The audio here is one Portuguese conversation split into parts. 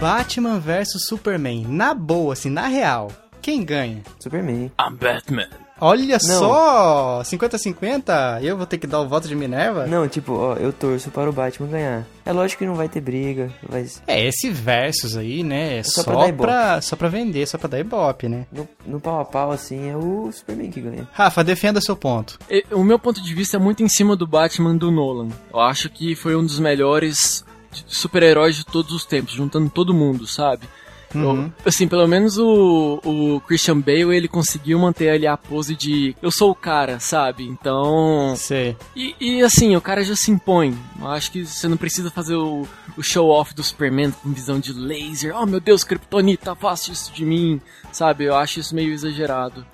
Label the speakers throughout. Speaker 1: Batman versus Superman, na boa, assim, na real, quem ganha?
Speaker 2: Superman.
Speaker 3: I'm Batman.
Speaker 1: Olha só! 50-50? Eu vou ter que dar o voto de Minerva?
Speaker 2: Não, tipo, ó, eu torço para o Batman ganhar. É lógico que não vai ter briga, mas
Speaker 1: É, esse versus aí, né? É
Speaker 2: Só
Speaker 1: só,
Speaker 2: pra dar
Speaker 1: pra,
Speaker 2: ibope.
Speaker 1: só pra vender, só pra dar ibope, né?
Speaker 2: no, no pau a pau, assim, é o Superman que ganha.
Speaker 1: Rafa, defenda seu ponto.
Speaker 3: E- O meu ponto de vista é muito em cima do Batman do Nolan. Eu acho que foi um dos melhores de- super-heróis de todos os tempos, juntando todo mundo, sabe? Eu-
Speaker 1: Uhum.
Speaker 3: assim, pelo menos o, o Christian Bale, ele conseguiu manter ali a pose de eu sou o cara, sabe? Então,
Speaker 1: Você.
Speaker 3: E, e, assim, o cara já se impõe. Eu acho que você não precisa fazer o, o show-off do Superman com visão de laser. Oh meu Deus, Kryptonita, faça isso de mim. Sabe, eu acho isso meio exagerado.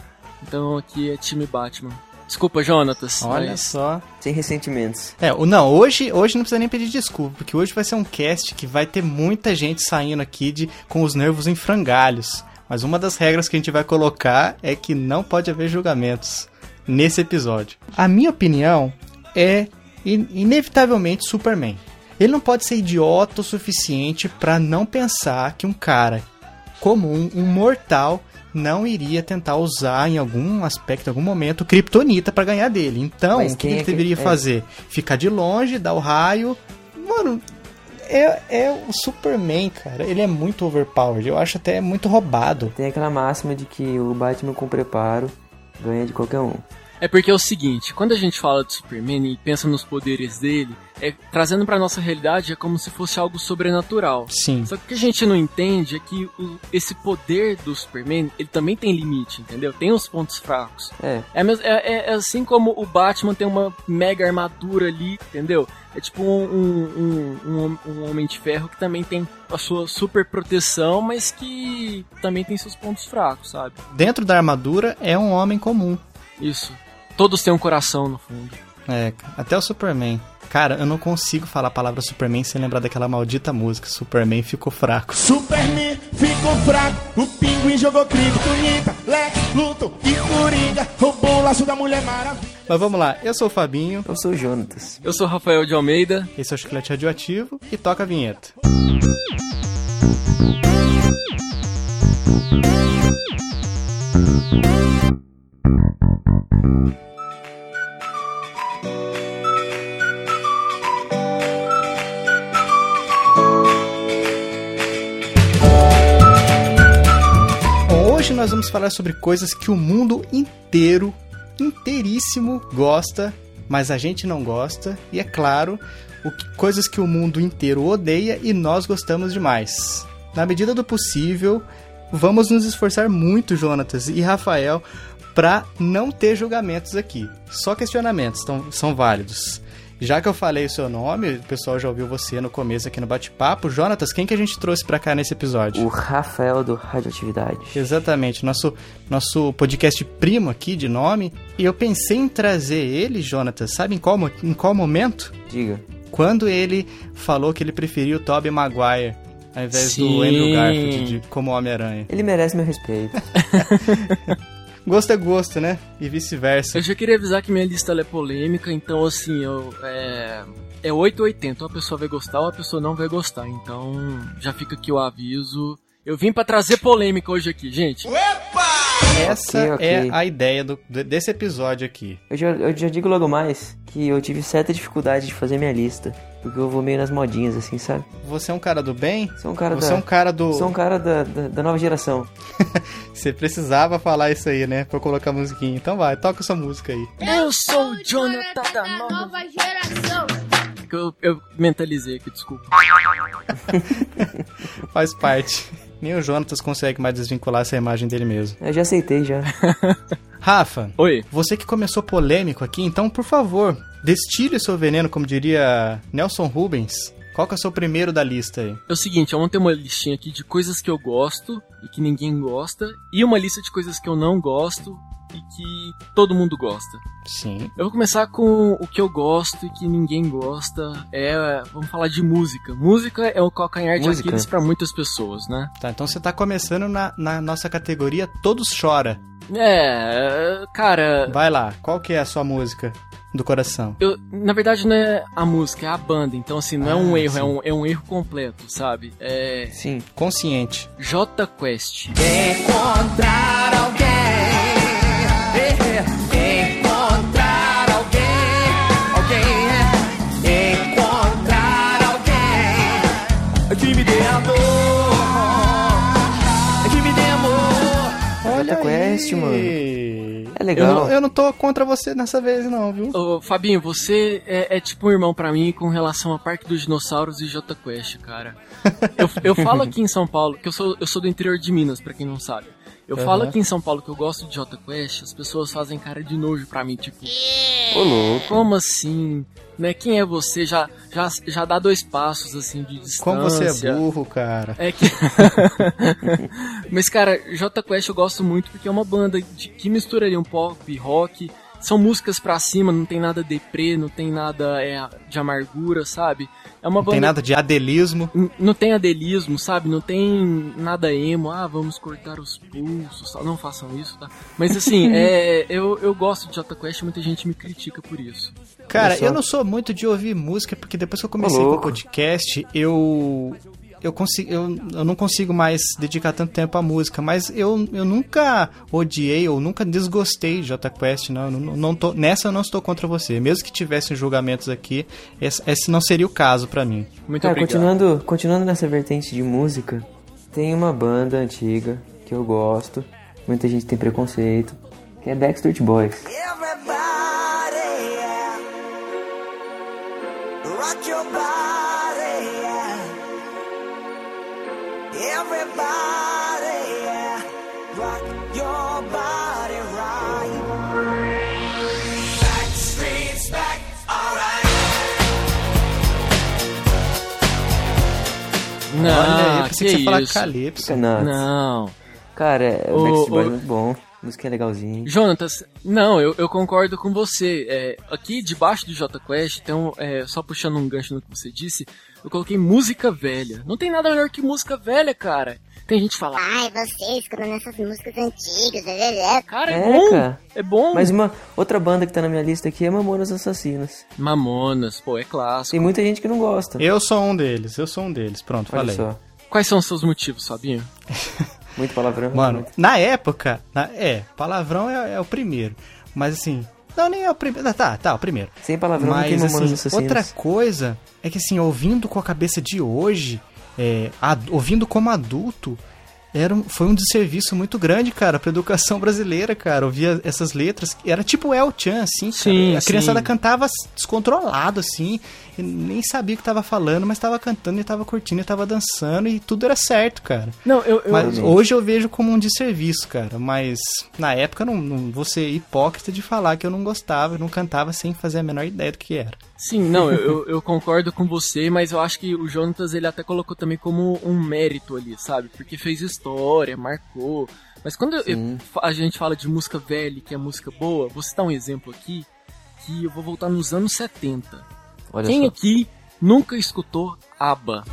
Speaker 3: Então aqui é time Batman. Desculpa, Jonatas.
Speaker 1: Olha
Speaker 3: mas-
Speaker 1: só.
Speaker 2: Sem ressentimentos.
Speaker 1: É, o- não, hoje, hoje não precisa nem pedir desculpa, porque hoje vai ser um cast que vai ter muita gente saindo aqui de, com os nervos em frangalhos. Mas uma das regras que a gente vai colocar é que não pode haver julgamentos nesse episódio. A minha opinião é in- inevitavelmente Superman. Ele não pode ser idiota o suficiente pra não pensar que um cara comum, um mortal, não iria tentar usar em algum aspecto, em algum momento, Kryptonita pra ganhar dele. Então,
Speaker 2: Mas
Speaker 1: o que
Speaker 2: quem
Speaker 1: ele
Speaker 2: é que-
Speaker 1: deveria
Speaker 2: é.
Speaker 1: fazer? Ficar de longe, dar o raio. Mano, é, é o Superman, cara. Ele é muito overpowered. Eu acho até muito roubado.
Speaker 2: Tem aquela máxima de que o Batman com preparo ganha de qualquer um.
Speaker 3: É porque é o seguinte, quando a gente fala do Superman e pensa nos poderes dele, é, trazendo pra nossa realidade é como se fosse algo sobrenatural.
Speaker 1: Sim.
Speaker 3: Só que o que a gente não entende é que o- esse poder do Superman, ele também tem limite, entendeu? Tem os pontos fracos.
Speaker 2: É,
Speaker 3: É, mes- é- é- é assim como o Batman tem uma mega armadura ali, entendeu? É tipo um, um, um- um hom- um Homem de Ferro que também tem a sua super proteção, mas que também tem seus pontos fracos, sabe?
Speaker 1: Dentro da armadura é um homem comum.
Speaker 3: Isso. Todos têm um coração, no fundo.
Speaker 1: É, até o Superman. Cara, eu não consigo falar a palavra Superman sem lembrar daquela maldita música. Superman ficou fraco.
Speaker 4: Superman ficou fraco, o pinguim jogou criptonita, Lex Luthor e Coringa roubou o laço da Mulher Maravilha.
Speaker 1: Mas vamos lá, eu sou o Fabinho,
Speaker 2: eu sou o Jonatas.
Speaker 3: Eu sou o Rafael de Almeida.
Speaker 1: esse é o Chiclete Radioativo e toca a vinheta. Bom, hoje nós vamos falar sobre coisas que o mundo inteiro, inteiríssimo, gosta, mas a gente não gosta, e é claro, o que- coisas que o mundo inteiro odeia e nós gostamos demais. Na medida do possível, vamos nos esforçar muito, Jonatas e Rafael, para não ter julgamentos aqui. Só questionamentos tão- são válidos. Já que eu falei o seu nome, o pessoal já ouviu você no começo aqui no bate-papo. Jonatas, quem que a gente trouxe pra cá nesse episódio?
Speaker 2: O Rafael do Radioatividade.
Speaker 1: Exatamente, nosso, nosso podcast primo aqui de nome. E eu pensei em trazer ele, Jonatas, sabe em qual, mo- em qual momento?
Speaker 2: Diga.
Speaker 1: Quando ele falou que ele preferiu o Tobey Maguire ao invés do
Speaker 3: Sim.
Speaker 1: Andrew Garfield de- como Homem-Aranha.
Speaker 2: Ele merece meu respeito.
Speaker 1: Gosto é gosto, né? E vice-versa.
Speaker 3: Eu já queria avisar que minha lista ela é polêmica, então assim, eu, é, é 880. Uma pessoa vai gostar ou a pessoa não vai gostar. Então já fica aqui o aviso. Eu vim pra trazer polêmica hoje aqui, gente.
Speaker 1: Essa
Speaker 2: ok.
Speaker 1: é a ideia do- de- desse episódio aqui.
Speaker 2: Eu já, eu já digo logo mais que eu tive certa dificuldade de fazer minha lista. Porque eu vou meio nas modinhas, assim, sabe?
Speaker 1: Você é um cara do bem?
Speaker 2: Sou um cara
Speaker 1: Você
Speaker 2: da...
Speaker 1: é um cara do.
Speaker 2: Sou um cara da, da, da nova geração.
Speaker 1: Você precisava falar isso aí, né? Pra eu colocar a musiquinha. Então vai, toca sua música aí.
Speaker 3: Eu sou o
Speaker 5: Jonathan
Speaker 3: Jonathan da Nova
Speaker 5: nova geração.
Speaker 3: que eu, eu mentalizei aqui, desculpa.
Speaker 1: Faz parte. Nem o Jonatas consegue mais desvincular essa imagem dele mesmo.
Speaker 2: Eu já aceitei, já.
Speaker 1: Rafa,
Speaker 3: Oi.
Speaker 1: você que começou polêmico aqui, então por favor, destile o seu veneno, como diria Nelson Rubens. Qual que é o seu primeiro da lista aí?
Speaker 3: É o seguinte, eu montei uma listinha aqui de coisas que eu gosto e que ninguém gosta, e uma lista de coisas que eu não gosto e que todo mundo gosta.
Speaker 1: Sim.
Speaker 3: Eu vou começar com o que eu gosto e que ninguém gosta. É, vamos falar de música. Música é o calcanhar de
Speaker 2: Música.
Speaker 3: Aquiles pra muitas pessoas, né?
Speaker 1: Tá, então você tá começando na, na nossa categoria Todos Chora.
Speaker 3: É, cara,
Speaker 1: Vai lá, qual que é a sua música? do coração.
Speaker 3: Eu, na verdade, não é a música, é a banda. Então, assim, não é
Speaker 1: Ah,
Speaker 3: um erro,
Speaker 1: sim.
Speaker 3: é um, é um erro completo, sabe? É.
Speaker 2: Sim.
Speaker 1: Consciente.
Speaker 3: J Quest.
Speaker 5: Encontrar alguém, encontrar alguém, alguém, é. encontrar alguém que me dê amor, que me dê amor.
Speaker 1: Olha
Speaker 2: Quest,
Speaker 1: aí.
Speaker 2: mano. É
Speaker 1: Eu
Speaker 2: legal.
Speaker 1: não, eu não tô contra você nessa vez, não, viu?
Speaker 3: Ô, Fabinho, você é, é tipo um irmão pra mim com relação a Parque dos Dinossauros e Jota Quest, cara. Eu, eu falo aqui em São Paulo, que eu sou, eu sou do interior de Minas, pra quem não sabe. Eu falo aqui em São Paulo que eu gosto de Jota Quest, as pessoas fazem cara de nojo pra mim, tipo,
Speaker 2: Ô, louco.
Speaker 3: como assim? Né? Quem é você? Já, já, já dá dois passos assim de distância.
Speaker 1: Como você é burro, cara.
Speaker 3: É que. Mas, cara, J Quest eu gosto muito porque é uma banda de- que mistura ali um pop, rock. São músicas pra cima, não tem nada deprê, não tem nada é, de amargura, sabe? É uma
Speaker 1: Não tem
Speaker 3: banda.
Speaker 1: nada de adelismo.
Speaker 3: N- Não tem adelismo, sabe? Não tem nada emo, ah, vamos cortar os pulsos, tal. não façam isso, tá? Mas assim, é, eu, eu gosto de Jota Quest, muita gente me critica por isso.
Speaker 1: Cara,
Speaker 2: Olha só.
Speaker 1: eu não sou muito de ouvir música, porque depois que eu comecei
Speaker 2: Ô,
Speaker 1: com o
Speaker 2: louco.
Speaker 1: podcast, eu. Eu, consigo, eu, eu não consigo mais dedicar tanto tempo à música, mas eu, eu nunca odiei ou nunca desgostei de Jota Quest, não, eu não, não tô, nessa eu não estou contra você. Mesmo que tivessem julgamentos aqui, esse, esse não seria o caso pra mim.
Speaker 3: Muito
Speaker 2: Cara,
Speaker 3: obrigado.
Speaker 2: continuando, continuando nessa vertente de música, tem uma banda antiga que eu gosto, muita gente tem preconceito, que é Backstreet Boys.
Speaker 6: Everybody, yeah. Rock your body, yeah. Everybody, yeah. Rock your body right. Back streets back, alright.
Speaker 2: Ah,
Speaker 3: Não,
Speaker 1: Olha aí, pensei que,
Speaker 3: que
Speaker 1: você falar
Speaker 3: isso.
Speaker 1: Calypso.
Speaker 2: Nuts.
Speaker 3: Não.
Speaker 2: Cara, é-
Speaker 3: Ô,
Speaker 2: o Backstreet Boys
Speaker 3: ô.
Speaker 2: é muito bom, a música é legalzinha.
Speaker 3: Jonatas, não, eu, eu concordo com você. É, aqui debaixo do J Quest, então, é, só puxando um gancho no que você disse, eu coloquei música velha. Não tem nada melhor que música velha, cara. Tem gente que fala,
Speaker 7: Ai, você escutando essas músicas antigas, é
Speaker 3: cara, é,
Speaker 2: É,
Speaker 3: bom,
Speaker 2: cara.
Speaker 3: é bom.
Speaker 2: Mas uma outra banda que tá na minha lista aqui é Mamonas Assassinas.
Speaker 3: Mamonas, pô, é clássico.
Speaker 2: Tem muita gente que não gosta.
Speaker 1: Eu sou um deles, eu sou um deles. Pronto,
Speaker 2: Olha
Speaker 1: falei.
Speaker 2: só,
Speaker 3: Quais são os seus motivos, Fabinho?
Speaker 2: muito palavrão.
Speaker 1: Mano,
Speaker 2: muito-
Speaker 1: na época, na- é, palavrão é, é o primeiro. Mas assim, não, nem é o primeiro. Tá, tá, o primeiro.
Speaker 2: sem palavrão é não tem
Speaker 1: Mas
Speaker 2: Mamonas
Speaker 1: assim,
Speaker 2: Assassinas.
Speaker 1: outra coisa é que assim, ouvindo com a cabeça de hoje, é, ad- ouvindo como adulto, era um- foi um desserviço muito grande, cara, pra educação brasileira, cara. Ouvia essas letras, era tipo El Chan, assim, cara.
Speaker 3: Sim,
Speaker 1: A criançada
Speaker 3: sim.
Speaker 1: cantava descontrolado, assim, e nem sabia o que tava falando, mas tava cantando e tava curtindo e tava dançando e tudo era certo, cara.
Speaker 3: Não, eu. eu
Speaker 1: Mas
Speaker 2: Realmente.
Speaker 1: hoje eu vejo como um desserviço, cara. Mas na época eu não, não vou ser hipócrita de falar que eu não gostava, eu não cantava sem fazer a menor ideia do que era.
Speaker 3: Sim, não, eu, eu- eu concordo com você, mas eu acho que o Jonatas ele até colocou também como um mérito ali, sabe? Porque fez história, marcou. Mas quando eu- eu- a gente fala de música velha, e que é música boa, vou citar um exemplo aqui, que eu vou voltar nos anos 70.
Speaker 2: Olha
Speaker 3: Quem
Speaker 2: só.
Speaker 3: aqui nunca escutou ABBA?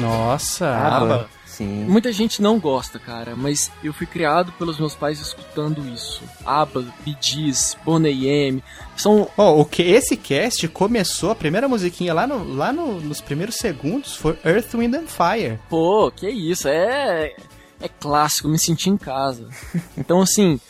Speaker 1: Nossa,
Speaker 2: Ah,
Speaker 1: Abba.
Speaker 2: mano, Sim.
Speaker 3: Muita gente não gosta, cara, mas eu fui criado pelos meus pais escutando isso. ABBA, Bee Gees, Boney M, são...
Speaker 1: Ó, o que esse cast começou, a primeira musiquinha lá, no, lá no- nos primeiros segundos foi Earth, Wind and Fire.
Speaker 3: Pô, que isso, é, é clássico, me senti em casa. Então, assim,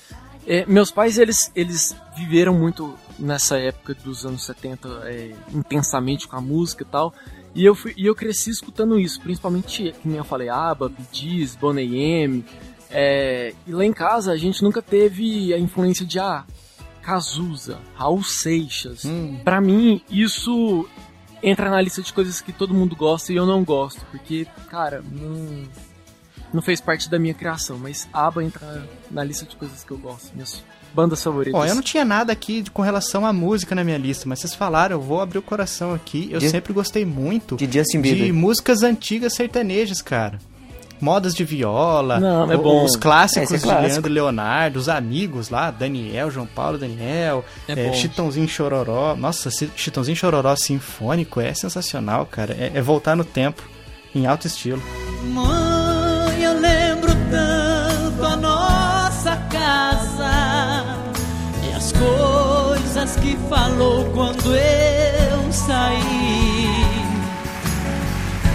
Speaker 3: é, meus pais, eles, eles viveram muito nessa época dos anos 70, é, intensamente com a música e tal. E eu, fui, e eu cresci escutando isso, principalmente, como eu falei, ABBA, Bee Gees, Boney M. É, e lá em casa, a gente nunca teve a influência de, ah, Cazuza, Raul Seixas.
Speaker 1: Hum.
Speaker 3: Pra mim, isso entra na lista de coisas que todo mundo gosta e eu não gosto, porque, cara, não, não fez parte da minha criação, mas ABBA entra na lista de coisas que eu gosto, minhas bandas favoritas.
Speaker 1: Ó, eu não tinha nada aqui de- com relação à música na minha lista, mas vocês falaram, eu vou abrir o coração aqui. Eu
Speaker 2: De-
Speaker 1: sempre gostei muito
Speaker 2: De Justin
Speaker 1: de
Speaker 2: Bieber.
Speaker 1: músicas antigas sertanejas, cara. modas de viola,
Speaker 3: Não, é
Speaker 1: o-
Speaker 3: bom.
Speaker 1: os clássicos
Speaker 2: Esse é
Speaker 1: de
Speaker 2: clássico.
Speaker 1: Leandro e Leonardo, os amigos lá, Daniel, João Paulo, Daniel,
Speaker 3: É
Speaker 1: é,
Speaker 3: bom.
Speaker 1: Chitãozinho Chororó. Nossa, Ci- Chitãozinho Chororó sinfônico é sensacional, cara. É, é voltar no tempo, em alto estilo.
Speaker 8: Mãe, eu lembro tanto a nossa casa e as coisas que falou quando eu saí.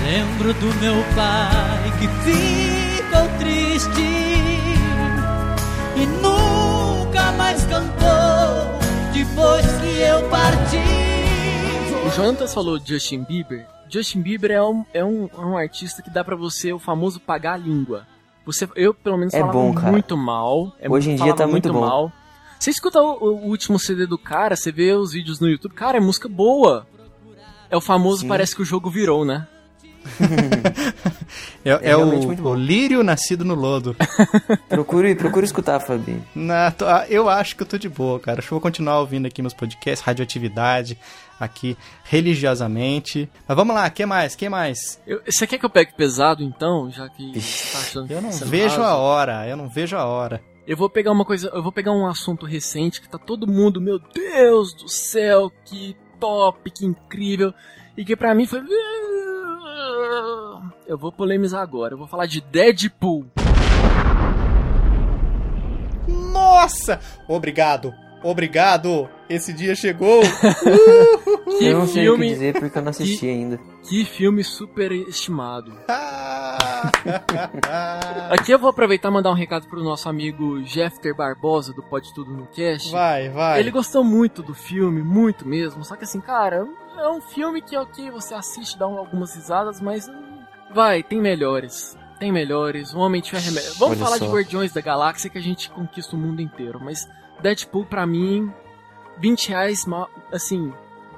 Speaker 8: Lembro do meu pai que ficou triste e nunca mais cantou depois que eu parti.
Speaker 3: O Jonatas falou de Justin Bieber. Justin Bieber é um, é um, é um artista que dá pra você o famoso pagar a língua. Você, eu, pelo menos,
Speaker 2: É
Speaker 3: falava
Speaker 2: bom, cara.
Speaker 3: muito mal. É,
Speaker 2: Hoje em dia
Speaker 3: falava
Speaker 2: tá muito bom.
Speaker 3: mal. Você escuta o, o último CD do cara, você vê os vídeos no YouTube. Cara, é música boa. É o famoso
Speaker 2: Sim.
Speaker 3: parece que o jogo virou, né?
Speaker 1: É, é
Speaker 2: realmente muito
Speaker 1: o,
Speaker 2: bom.
Speaker 1: o lírio nascido no lodo.
Speaker 2: Procure, procure escutar, Fabi.
Speaker 1: Na- tô- ah, eu acho que eu tô de boa, cara. Acho que eu vou continuar ouvindo aqui meus podcasts, radioatividade, aqui religiosamente. Mas vamos lá, que mais? Que mais?
Speaker 3: Eu- você quer que eu pegue pesado, então? Já que tá achando que
Speaker 1: Eu não
Speaker 3: você
Speaker 1: vejo
Speaker 3: vaza?
Speaker 1: a hora, eu não vejo a hora.
Speaker 3: Eu vou pegar uma coisa, eu vou pegar um assunto recente que tá todo mundo, meu Deus do céu, que top, que incrível, e que pra mim foi Eu vou polemizar agora, eu vou falar de Deadpool.
Speaker 1: Nossa! Obrigado, obrigado! Esse dia chegou!
Speaker 3: Que
Speaker 2: eu não sei o que
Speaker 3: filme,
Speaker 2: dizer porque eu não assisti ainda.
Speaker 3: que filme superestimado.
Speaker 1: Ah!
Speaker 3: Aqui eu vou aproveitar e mandar um recado pro nosso amigo Jeffter Barbosa do Pode Tudo no Cast.
Speaker 1: vai, vai.
Speaker 3: Ele gostou muito do filme, muito mesmo. Só que assim, cara, é um filme que ok, você assiste, dá um- algumas risadas, mas hum, vai, tem melhores. Tem melhores, o Homem de Ferro é melhor. Vamos
Speaker 2: Olha
Speaker 3: falar
Speaker 2: só.
Speaker 3: de Guardiões da Galáxia que a gente conquista o mundo inteiro, mas Deadpool pra mim, 20 reais, ma- assim,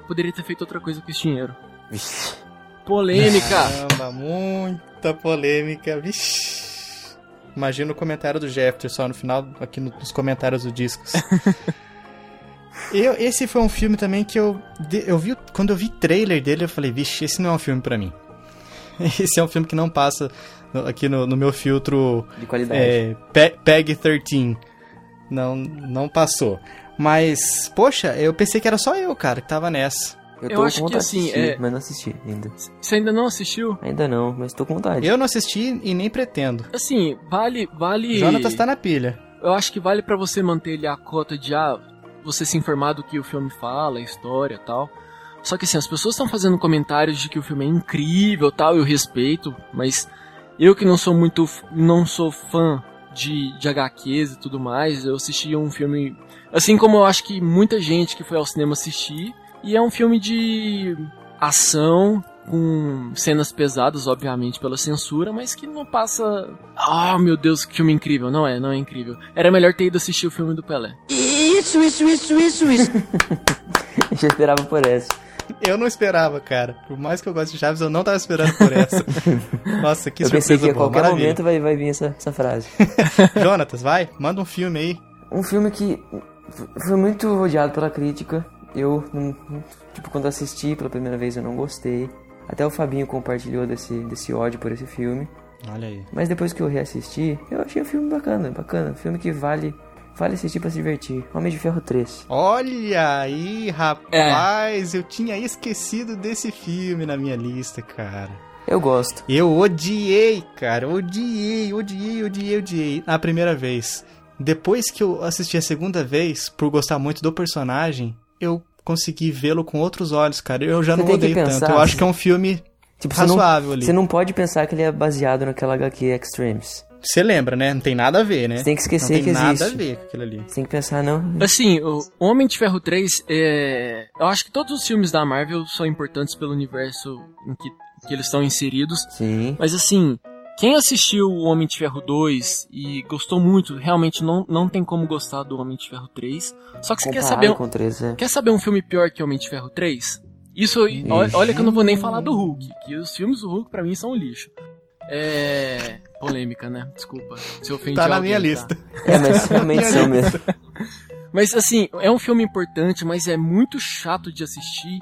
Speaker 3: poderia ter feito outra coisa com esse dinheiro.
Speaker 2: Vixe.
Speaker 3: Polêmica!
Speaker 1: Caramba, muita polêmica. Vixi. Imagina o comentário do Jeffter só no final, aqui no- nos comentários do Discos. eu, esse foi um filme também que eu, de- eu vi. Quando eu vi trailer dele, eu falei, vixe, esse não é um filme pra mim. Esse é um filme que não passa no- aqui no, no meu filtro
Speaker 2: De qualidade.
Speaker 1: é, Pe- PEG 13. Não, não passou. Mas, poxa, eu pensei que era só eu, cara, que tava nessa.
Speaker 2: eu tô
Speaker 3: eu
Speaker 2: com
Speaker 3: acho que,
Speaker 2: vontade de
Speaker 3: assim,
Speaker 2: assistir,
Speaker 3: é-
Speaker 2: mas não assisti ainda.
Speaker 3: Você ainda não assistiu?
Speaker 2: Ainda não, mas tô com vontade.
Speaker 1: Eu não assisti e nem pretendo.
Speaker 3: Assim, vale. vale.
Speaker 1: Jonatas tá na pilha.
Speaker 3: Eu acho que vale pra você manter ele a cota de ah, você se informar do que o filme fala, a história e tal. Só que assim, as pessoas estão fazendo comentários de que o filme é incrível, tal, eu respeito, mas eu que não sou muito f- não sou fã de, de HQs e tudo mais, eu assisti um filme assim como eu acho que muita gente que foi ao cinema assistir, e é um filme de ação com cenas pesadas, obviamente, pela censura, mas que não passa ah, meu Deus, que filme incrível. Não é, não é incrível. Era melhor ter ido assistir o filme do Pelé.
Speaker 2: Já esperava por essa.
Speaker 1: Eu não esperava, cara. Por mais que eu goste de Chaves, eu não tava esperando por essa. Nossa, que
Speaker 2: eu pensei
Speaker 1: surpresa
Speaker 2: que a
Speaker 1: boa.
Speaker 2: qualquer
Speaker 1: Maravilha.
Speaker 2: momento vai, vai vir essa, essa frase.
Speaker 1: Jonatas, vai, manda um filme aí.
Speaker 2: Um filme que f- foi muito odiado pela crítica. Eu, não- não- tipo, quando assisti pela primeira vez, eu não gostei. Até o Fabinho compartilhou desse, desse ódio por esse filme.
Speaker 1: Olha aí.
Speaker 2: Mas depois que eu reassisti, eu achei o filme bacana, bacana. Filme que vale, vale assistir pra se divertir. Homem de Ferro 3.
Speaker 1: Olha aí, rapaz, eu tinha esquecido desse filme na minha lista, cara.
Speaker 2: Eu gosto.
Speaker 1: Eu odiei, cara. Odiei, odiei, odiei, odiei. Na primeira vez. Depois que eu assisti a segunda vez, por gostar muito do personagem, eu consegui vê-lo com outros olhos, cara. Eu já
Speaker 2: Você
Speaker 1: não
Speaker 2: tem que
Speaker 1: odeio tanto.
Speaker 2: pensar,
Speaker 1: Eu acho
Speaker 2: você-
Speaker 1: que é um filme
Speaker 2: Tipo, você não,
Speaker 1: razoável ali.
Speaker 2: você não pode pensar que ele é baseado naquela HQ Extremes.
Speaker 1: Você lembra, né? Não tem nada a ver, né?
Speaker 2: Você tem que
Speaker 1: não
Speaker 2: esquecer
Speaker 1: tem
Speaker 2: que
Speaker 1: nada
Speaker 2: existe.
Speaker 1: a ver com aquilo ali.
Speaker 2: Você tem que pensar, não.
Speaker 3: Assim, o Homem de Ferro 3, é... eu acho que todos os filmes da Marvel são importantes pelo universo em que, que eles estão inseridos.
Speaker 2: Sim.
Speaker 3: Mas assim, quem assistiu o Homem de Ferro 2 e gostou muito, realmente não, não tem como gostar do Homem de Ferro 3. Só que você quer
Speaker 2: Comparado
Speaker 3: saber, um-
Speaker 2: com 3,
Speaker 1: né?
Speaker 2: é.
Speaker 3: quer saber um filme pior que Homem de Ferro 3? Isso, olha, olha que eu não vou nem falar do Hulk, que os filmes do Hulk pra mim são um lixo. É. Polêmica, né? Desculpa. Se eu ofendi
Speaker 1: Tá na
Speaker 3: alguém,
Speaker 1: minha lista.
Speaker 2: É, mas realmente são mesmo.
Speaker 3: Mas assim, é um filme importante, mas é muito chato de assistir.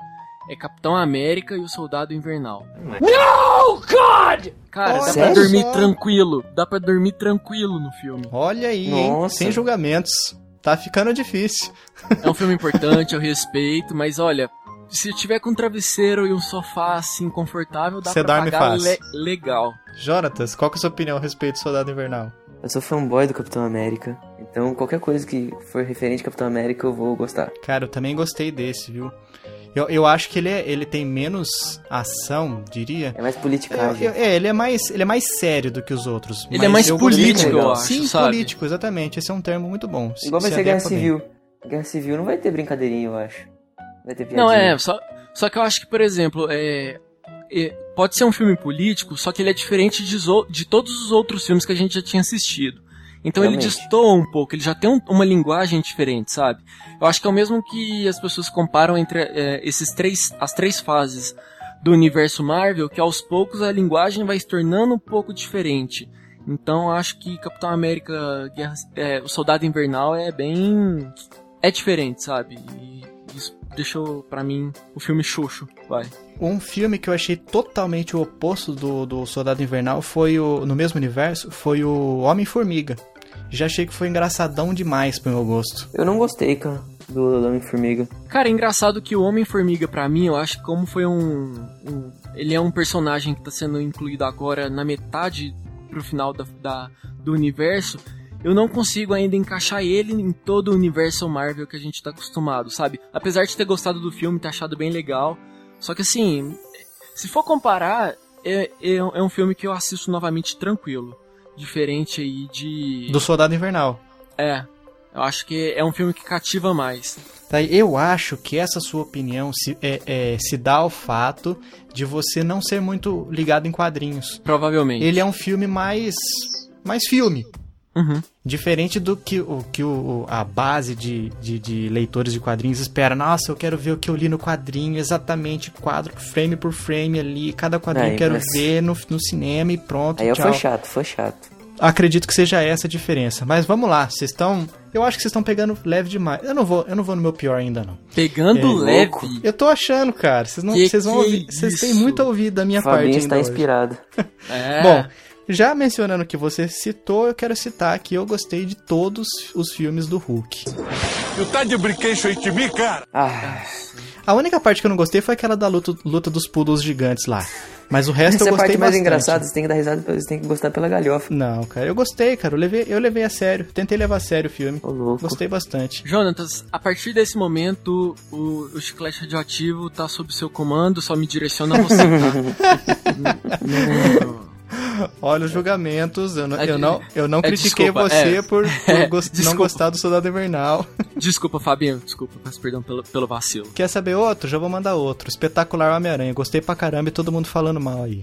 Speaker 3: é Capitão América e o Soldado Invernal.
Speaker 5: Oh, God!
Speaker 3: Cara, dá pra
Speaker 2: Sério?
Speaker 3: dormir tranquilo. Dá pra dormir tranquilo no filme.
Speaker 1: Olha aí, hein?
Speaker 2: Nossa.
Speaker 1: Sem julgamentos. Tá ficando difícil.
Speaker 3: É um filme importante, eu respeito, mas olha, se tiver com um travesseiro e um sofá assim confortável, dá
Speaker 1: Você
Speaker 3: pra
Speaker 1: dorme
Speaker 3: pagar
Speaker 1: fácil.
Speaker 3: le- legal.
Speaker 1: Jonatas, qual que é a sua opinião a respeito do Soldado Invernal?
Speaker 2: Eu sou fanboy do Capitão América, então qualquer coisa que for referente ao Capitão América eu vou gostar.
Speaker 1: Cara, eu também gostei desse, viu? Eu, eu acho que ele, é- ele tem menos ação, diria.
Speaker 2: É mais
Speaker 1: Eu-
Speaker 2: politicagem.
Speaker 1: eu- é, ele é mais, ele é mais sério do que os outros.
Speaker 3: Ele
Speaker 1: mas
Speaker 3: é mais
Speaker 1: eu gostei
Speaker 3: político,
Speaker 1: muito.
Speaker 3: eu acho,
Speaker 1: Sim,
Speaker 3: sabe?
Speaker 1: político, exatamente. Esse é um termo muito bom. Se-
Speaker 2: Igual vai
Speaker 1: se
Speaker 2: ser Guerra
Speaker 1: adequa bem.
Speaker 2: Civil. Guerra Civil não vai ter brincadeirinha, eu acho. Vai ter piadinha.
Speaker 3: Não, é, só, só que eu acho que, por exemplo, é, é, pode ser um filme político, só que ele é diferente de, zo- de todos os outros filmes que a gente já tinha assistido. Então ele
Speaker 2: Realmente.
Speaker 3: destoa um pouco, ele já tem um- uma linguagem diferente, sabe? Eu acho que é o mesmo que as pessoas comparam entre é, esses três, as três fases do universo Marvel, que aos poucos a linguagem vai se tornando um pouco diferente. Então eu acho que Capitão América, Guerra- é, o Soldado Invernal é bem é diferente, sabe? E isso deixou pra mim o filme xoxo, vai.
Speaker 1: Um filme que eu achei totalmente o oposto do, do Soldado Invernal foi o. No mesmo universo, foi o Homem-Formiga. Já achei que foi engraçadão demais pro meu gosto.
Speaker 2: Eu não gostei, cara, do Homem-Formiga.
Speaker 3: Cara, é engraçado que o Homem-Formiga, pra mim, eu acho que como foi um, um- Ele é um personagem que tá sendo incluído agora na metade pro final da, da- do universo. Eu não consigo ainda encaixar ele em todo o universo Marvel que a gente tá acostumado, sabe? Apesar de ter gostado do filme, ter achado bem legal. Só que assim, se for comparar, é, é, é um filme que eu assisto novamente tranquilo. Diferente aí de.
Speaker 1: Do Soldado Invernal.
Speaker 3: É. Eu acho que é um filme que cativa mais.
Speaker 1: Tá, eu acho que essa sua opinião se, é- é, se dá ao fato de você não ser muito ligado em quadrinhos.
Speaker 3: Provavelmente.
Speaker 1: Ele é um filme mais. mais filme.
Speaker 3: Uhum.
Speaker 1: Diferente do que, o, que o, o- a base de, de, de leitores de quadrinhos espera. Nossa, eu quero ver o que eu li no quadrinho, exatamente quadro, frame por frame ali. Cada quadrinho
Speaker 2: Aí,
Speaker 1: eu quero
Speaker 2: mas-
Speaker 1: ver no, no cinema e pronto.
Speaker 2: Aí eu
Speaker 1: tchau.
Speaker 2: foi chato, foi chato.
Speaker 1: Acredito que seja essa a diferença. Mas vamos lá, vocês estão. Eu acho que vocês estão pegando leve demais. Eu não vou, eu não vou no meu pior ainda, não.
Speaker 3: Pegando
Speaker 1: É,
Speaker 3: leve.
Speaker 2: louco.
Speaker 1: Eu tô achando, cara. Vocês não,
Speaker 3: Que
Speaker 1: vocês vão
Speaker 3: que é
Speaker 1: ouvir. Vocês têm
Speaker 3: isso?
Speaker 1: muito a ouvir da minha
Speaker 2: O Fabinho
Speaker 1: parte
Speaker 2: está
Speaker 1: ainda hoje.
Speaker 2: inspirado.
Speaker 3: É.
Speaker 1: Bom, já mencionando que você citou, eu quero citar que eu gostei de todos os filmes do Hulk.
Speaker 4: Tu tá de brinquedo aí de mim, cara?
Speaker 2: Ah,
Speaker 1: A única parte que eu não gostei foi aquela da luta, luta dos poodles gigantes lá. Mas o resto
Speaker 2: essa é
Speaker 1: eu
Speaker 2: a
Speaker 1: gostei
Speaker 2: parte mais
Speaker 1: bastante.
Speaker 2: engraçada, você tem que dar risada, você tem que gostar pela galhofa.
Speaker 1: Não, cara, eu gostei, cara. Eu levei, eu levei a sério. Tentei levar a sério o filme.
Speaker 2: Ô, louco.
Speaker 1: Gostei bastante.
Speaker 3: Jonatas, a partir desse momento, o, o chiclete radioativo tá sob seu comando, só me direciona a você, tá? Não-
Speaker 1: Olha os julgamentos. Eu não,
Speaker 3: É
Speaker 1: eu
Speaker 3: de-
Speaker 1: não, eu não
Speaker 3: é
Speaker 1: critiquei
Speaker 3: desculpa,
Speaker 1: você
Speaker 3: é.
Speaker 1: por, por
Speaker 3: É,
Speaker 1: gos- não
Speaker 3: desculpa.
Speaker 1: gostar do Soldado Invernal.
Speaker 3: desculpa, Fabinho, desculpa, peço perdão pelo, pelo vacilo.
Speaker 1: Quer saber outro? Já vou mandar outro. Espetacular Homem-Aranha. Gostei pra caramba e todo mundo falando mal aí.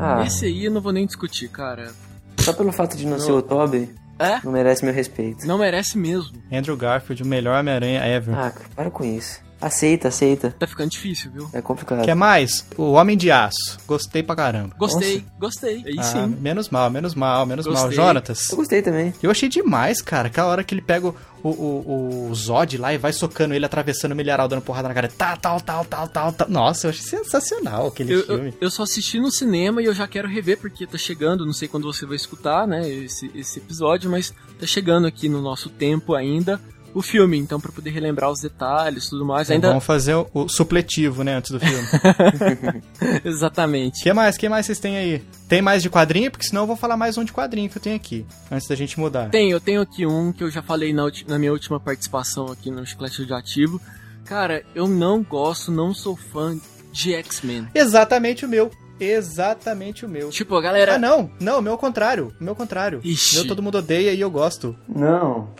Speaker 2: Ah,
Speaker 3: Esse aí eu não vou nem discutir, cara.
Speaker 2: só pelo fato de não ser o Toby,
Speaker 3: É?
Speaker 2: não merece meu respeito.
Speaker 3: Não merece mesmo.
Speaker 1: Andrew Garfield, o melhor Homem-Aranha ever.
Speaker 2: Ah, cara, para com isso. Aceita, aceita.
Speaker 3: Tá ficando difícil, viu?
Speaker 2: É complicado.
Speaker 1: Quer mais? O Homem de Aço. Gostei pra caramba.
Speaker 3: Gostei, gostei. Aí
Speaker 1: Ah,
Speaker 3: sim.
Speaker 1: menos mal, menos mal, menos mal.
Speaker 3: Gostei.
Speaker 1: Jonatas.
Speaker 2: Eu gostei também.
Speaker 1: Eu achei demais, cara. Aquela hora que ele pega o, o, o- o Zod lá e vai socando ele, atravessando o milharal, dando porrada na cara. Tá, tal, tal, tal, tal, tal. Nossa, eu achei sensacional aquele
Speaker 3: Eu,
Speaker 1: filme.
Speaker 3: eu, eu só assisti no cinema e eu já quero rever, porque tá chegando, não sei quando você vai escutar, né, esse, esse episódio, mas tá chegando aqui no nosso tempo ainda o filme, então pra poder relembrar os detalhes e tudo mais, ainda...
Speaker 1: Vamos fazer o, o supletivo, né, antes do filme.
Speaker 3: Exatamente.
Speaker 1: que mais? que mais vocês têm aí? Tem mais de quadrinho? Porque senão eu vou falar mais um de quadrinho que eu tenho aqui, antes da gente mudar.
Speaker 3: Tem, eu tenho aqui um que eu já falei na, ulti- na minha última participação aqui no Chiclete Radioativo. Cara, eu não gosto, não sou fã de X-Men.
Speaker 1: Exatamente o meu. Exatamente o meu.
Speaker 3: Tipo, a galera...
Speaker 1: Ah, não. Não, o meu é o contrário. O meu é o contrário.
Speaker 3: Ixi.
Speaker 1: Meu todo mundo odeia e eu gosto.
Speaker 2: Não.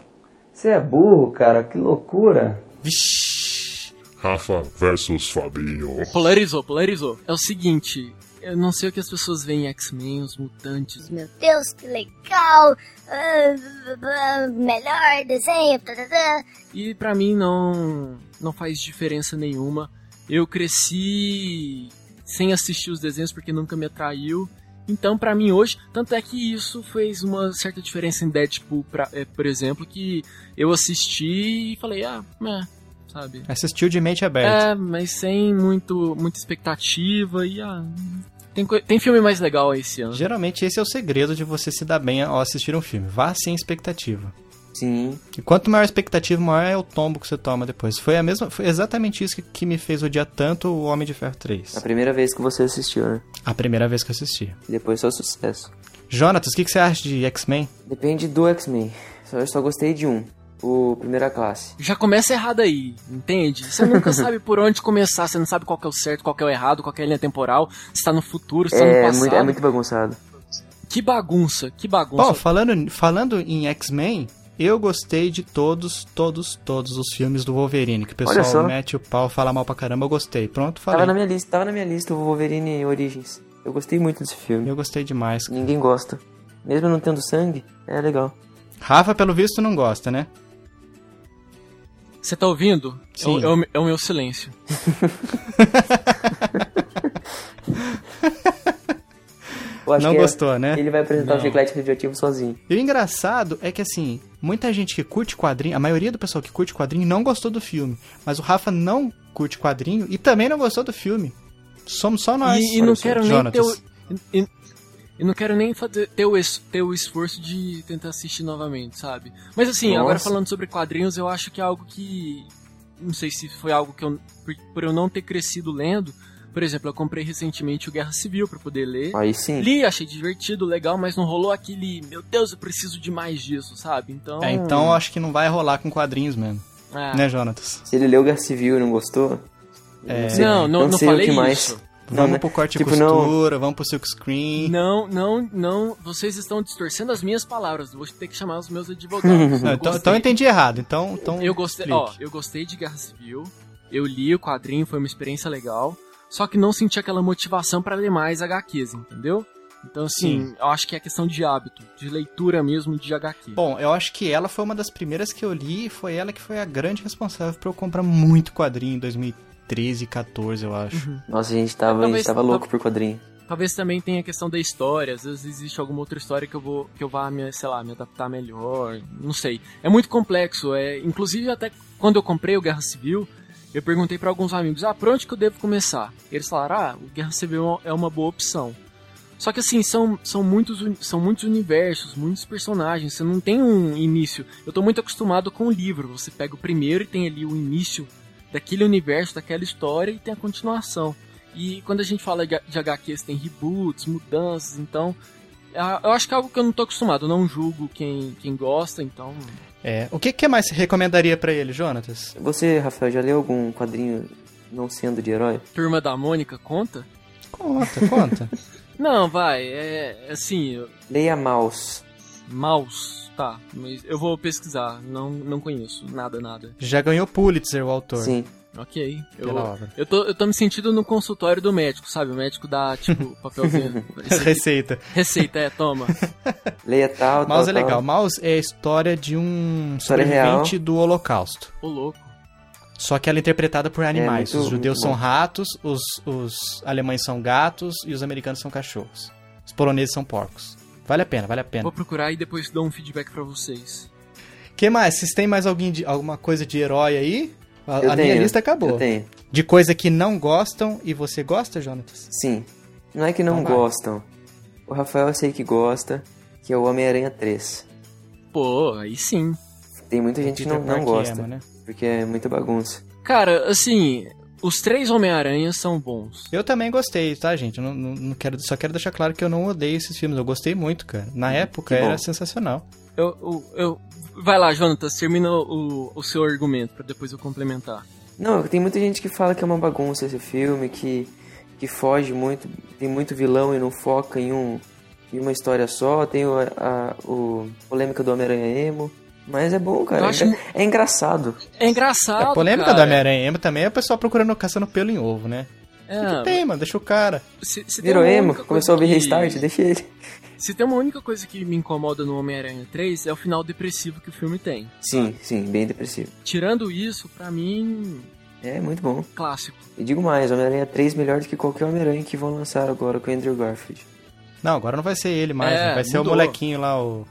Speaker 2: Você é burro, cara. Que loucura.
Speaker 1: Vixi.
Speaker 9: Rafa versus Fabinho.
Speaker 3: Polarizou, polarizou. É o seguinte, eu não sei o que as pessoas veem em X-Men, os mutantes,
Speaker 7: Meu Deus, que legal! Ah, ah, melhor desenho. tá, tá, tá.
Speaker 3: E pra mim não não faz diferença nenhuma. Eu cresci sem assistir os desenhos porque nunca me atraiu. Então pra mim hoje, tanto é que isso fez uma certa eh, diferença em Deadpool, pra- é, por exemplo, que eu assisti e falei, ah, é, sabe?
Speaker 1: Assistiu de mente aberta.
Speaker 3: É, mas sem muito, muita expectativa e ah, tem, coi- tem filme mais legal esse ano.
Speaker 1: Geralmente esse é o segredo de você se dar bem ao assistir um filme. Vá sem expectativa.
Speaker 2: Sim.
Speaker 1: E quanto maior a expectativa, maior é o tombo que você toma depois. Foi a mesma, foi exatamente isso que, que me fez odiar tanto o Homem de Ferro
Speaker 2: A
Speaker 1: 3.
Speaker 2: primeira vez que você assistiu, né?
Speaker 1: A primeira vez que eu assisti.
Speaker 2: E depois só sucesso.
Speaker 1: Jonatas, o que, que você acha de X-Men?
Speaker 2: Depende do X-Men. Só- Eu só gostei de um. O Primeira Classe.
Speaker 3: Já começa errado aí, entende? Você nunca sabe por onde começar, você não sabe qual que é o certo, qual que é o errado, qual que é a linha temporal, se tá no futuro, se tá no
Speaker 2: É
Speaker 3: passado.
Speaker 2: muito, é muito bagunçado.
Speaker 3: Que bagunça, que bagunça.
Speaker 1: Bom, falando, falando em X-Men, eu gostei de todos, todos, todos os filmes do Wolverine. Que o
Speaker 2: Olha só.
Speaker 1: pessoal mete o pau, fala mal pra caramba, eu gostei. Pronto,
Speaker 2: Tava na
Speaker 1: falei.
Speaker 2: minha lista, tava na minha lista o Wolverine Origins. Eu gostei muito desse filme.
Speaker 1: Eu gostei demais.
Speaker 2: Ninguém gosta. Mesmo não tendo sangue, é legal.
Speaker 1: Rafa, pelo visto, não gosta, né?
Speaker 3: Você tá ouvindo? É o-
Speaker 1: Sim.
Speaker 3: É, o, é o meu silêncio.
Speaker 2: Eu acho
Speaker 1: Não
Speaker 2: que é-
Speaker 1: gostou, né?
Speaker 2: Ele vai apresentar o
Speaker 3: Não.
Speaker 2: chiclete radioativo sozinho.
Speaker 1: E o engraçado é que, assim, muita gente que curte quadrinho, a maioria do pessoal que curte quadrinho não gostou do filme. Mas o Rafa não curte quadrinho e também não gostou do filme. Somos só nós.
Speaker 3: e, e não quero nem ter o,
Speaker 1: Jonatas.
Speaker 3: e, e- e não quero nem fazer, ter, o es- ter o esforço de tentar assistir novamente, sabe? Mas assim, agora
Speaker 2: Nossa.
Speaker 3: falando sobre quadrinhos, eu acho que é algo que. Não sei se foi algo que eu. Por, por eu não ter crescido lendo. Por exemplo, eu comprei recentemente o Guerra Civil pra poder ler.
Speaker 2: Aí sim.
Speaker 3: Li, achei divertido, legal, mas não rolou aquele. Meu Deus, eu preciso de mais disso, sabe? Então.
Speaker 1: É, então eu acho que não vai rolar com quadrinhos mesmo.
Speaker 3: é.
Speaker 1: Né, Jonatas?
Speaker 2: Se ele leu Guerra Civil e não gostou.
Speaker 1: É.
Speaker 3: Não, não, não,
Speaker 2: sei o
Speaker 3: falei
Speaker 2: que mais.
Speaker 3: isso.
Speaker 1: Vamos
Speaker 2: né?
Speaker 1: pro corte e
Speaker 2: Tipo, não-
Speaker 1: costura, vamos pro silk screen.
Speaker 3: Não, não, não. Vocês estão distorcendo as minhas palavras. Vou ter que chamar os meus advogados.
Speaker 1: Não,
Speaker 3: Eu
Speaker 1: então,
Speaker 3: gostei-
Speaker 1: então eu entendi errado. Então, então
Speaker 3: Eu gostei,
Speaker 1: explique.
Speaker 3: ó, eu gostei de Guerra Civil. Eu li o quadrinho, foi uma experiência legal. Só que não senti aquela motivação pra ler mais HQs, entendeu? Então, assim, eu acho que é questão de hábito, de leitura mesmo de HQ.
Speaker 1: Bom, eu acho que ela foi uma das primeiras que eu li e foi ela que foi a grande responsável por eu comprar muito quadrinho em 2013, 14, eu acho.
Speaker 3: Uhum.
Speaker 2: Nossa, a gente tava, a
Speaker 3: Talvez- tá-
Speaker 2: gente tava louco por quadrinho.
Speaker 3: Talvez também tenha a questão da história, às vezes existe alguma outra história que eu vou que eu vá me, sei lá, me adaptar melhor, não sei. É muito complexo, é, inclusive até quando eu comprei o Guerra Civil, eu perguntei pra alguns amigos: "Ah, por onde que eu devo começar?". Eles falaram: "Ah, o Guerra Civil é uma boa opção". Só que assim, são, são, muitos, uni- são muitos universos, muitos personagens, você não tem um início. Eu tô muito acostumado com o livro, você pega o primeiro e tem ali o início daquele universo, daquela história e tem a continuação. E quando a gente fala de de HQs, tem reboots, mudanças, então. ah, Eu acho que é algo que eu não tô acostumado, eu não julgo quem, quem gosta, então.
Speaker 1: É, o que, que mais você recomendaria pra ele, Jonatas?
Speaker 2: Você, Rafael, já leu algum quadrinho não sendo de herói?
Speaker 3: Turma da Mônica conta?
Speaker 1: Conta, conta.
Speaker 3: Não, vai, é assim, eu-
Speaker 2: Leia Mouse.
Speaker 3: Maus, tá, mas eu vou pesquisar, não, não conheço, nada, nada.
Speaker 1: Já ganhou Pulitzer, o autor.
Speaker 2: Sim.
Speaker 3: Ok, eu,
Speaker 1: Pela obra.
Speaker 3: eu, tô, eu tô me sentindo no consultório do médico, sabe? O médico dá, tipo, papelzinho. Esse aqui-
Speaker 1: Receita.
Speaker 3: Receita, é, toma.
Speaker 2: Leia tal, tal,
Speaker 1: Mouse é
Speaker 2: tal.
Speaker 1: legal. Mouse é a história de um
Speaker 2: História
Speaker 1: sobrevivente do Holocausto.
Speaker 3: Ô, louco.
Speaker 1: Só que ela é interpretada por animais.
Speaker 2: muito-
Speaker 1: os judeus
Speaker 2: muito
Speaker 1: são
Speaker 2: bom.
Speaker 1: ratos, os, os alemães são gatos e os americanos são cachorros. Os poloneses são porcos. Vale a pena, vale a pena.
Speaker 3: Vou procurar e depois dou um feedback pra vocês.
Speaker 1: que mais? Vocês têm mais alguém de, alguma coisa de herói aí? A,
Speaker 2: Eu
Speaker 1: a
Speaker 2: tenho,
Speaker 1: minha lista acabou.
Speaker 2: Eu tenho.
Speaker 1: De coisa que não gostam e você gosta, Jonatas?
Speaker 2: Sim. Não é que não
Speaker 1: Então vai.
Speaker 2: gostam. O Rafael eu sei que gosta, que é o Homem-Aranha 3.
Speaker 3: Pô, aí sim.
Speaker 2: Tem muita gente que não,
Speaker 1: Peter
Speaker 2: não
Speaker 1: Parker
Speaker 2: gosta,
Speaker 1: ama, né?
Speaker 2: porque é muita bagunça.
Speaker 3: Cara, assim, os três Homem-Aranhas são bons.
Speaker 1: Eu também gostei, tá, gente? Eu não, não- não quero, só quero deixar claro que eu não odeio esses filmes. Eu gostei muito, cara. Na época
Speaker 2: que bom.
Speaker 1: era sensacional.
Speaker 3: Eu, eu, eu- Vai lá, Jonatas, termina o, o seu argumento pra depois eu complementar.
Speaker 2: Não, tem muita gente que fala que é uma bagunça esse filme, que, que foge muito, tem muito vilão e não foca em, um, em uma história só. Tem o, a, o polêmica do Homem-Aranha Emo. Mas é bom, cara.
Speaker 3: Eu
Speaker 2: É
Speaker 3: acho
Speaker 2: engra- É engraçado.
Speaker 3: É engraçado.
Speaker 1: a polêmica
Speaker 3: cara.
Speaker 1: do Homem-Aranha Emo também é o pessoal procurando caçando pelo em ovo, né? O que que
Speaker 3: É,
Speaker 1: tem, mano? Deixa o cara.
Speaker 3: se, se tem
Speaker 2: Virou
Speaker 3: uma
Speaker 2: emo,
Speaker 3: única coisa
Speaker 2: começou a ouvir
Speaker 3: que-
Speaker 2: restart, né? deixa ele.
Speaker 3: Se tem uma única coisa que me incomoda no Homem-Aranha 3 é o final depressivo que o filme tem.
Speaker 2: Sim, sim, bem depressivo.
Speaker 3: Tirando isso, pra mim,
Speaker 2: É muito bom.
Speaker 3: clássico.
Speaker 2: E digo mais, Homem-Aranha 3 melhor do que qualquer Homem-Aranha que vão lançar agora com o Andrew Garfield.
Speaker 1: Não, agora não vai ser ele mais,
Speaker 3: É,
Speaker 1: né? vai ser
Speaker 3: mudou.
Speaker 1: o molequinho lá, o.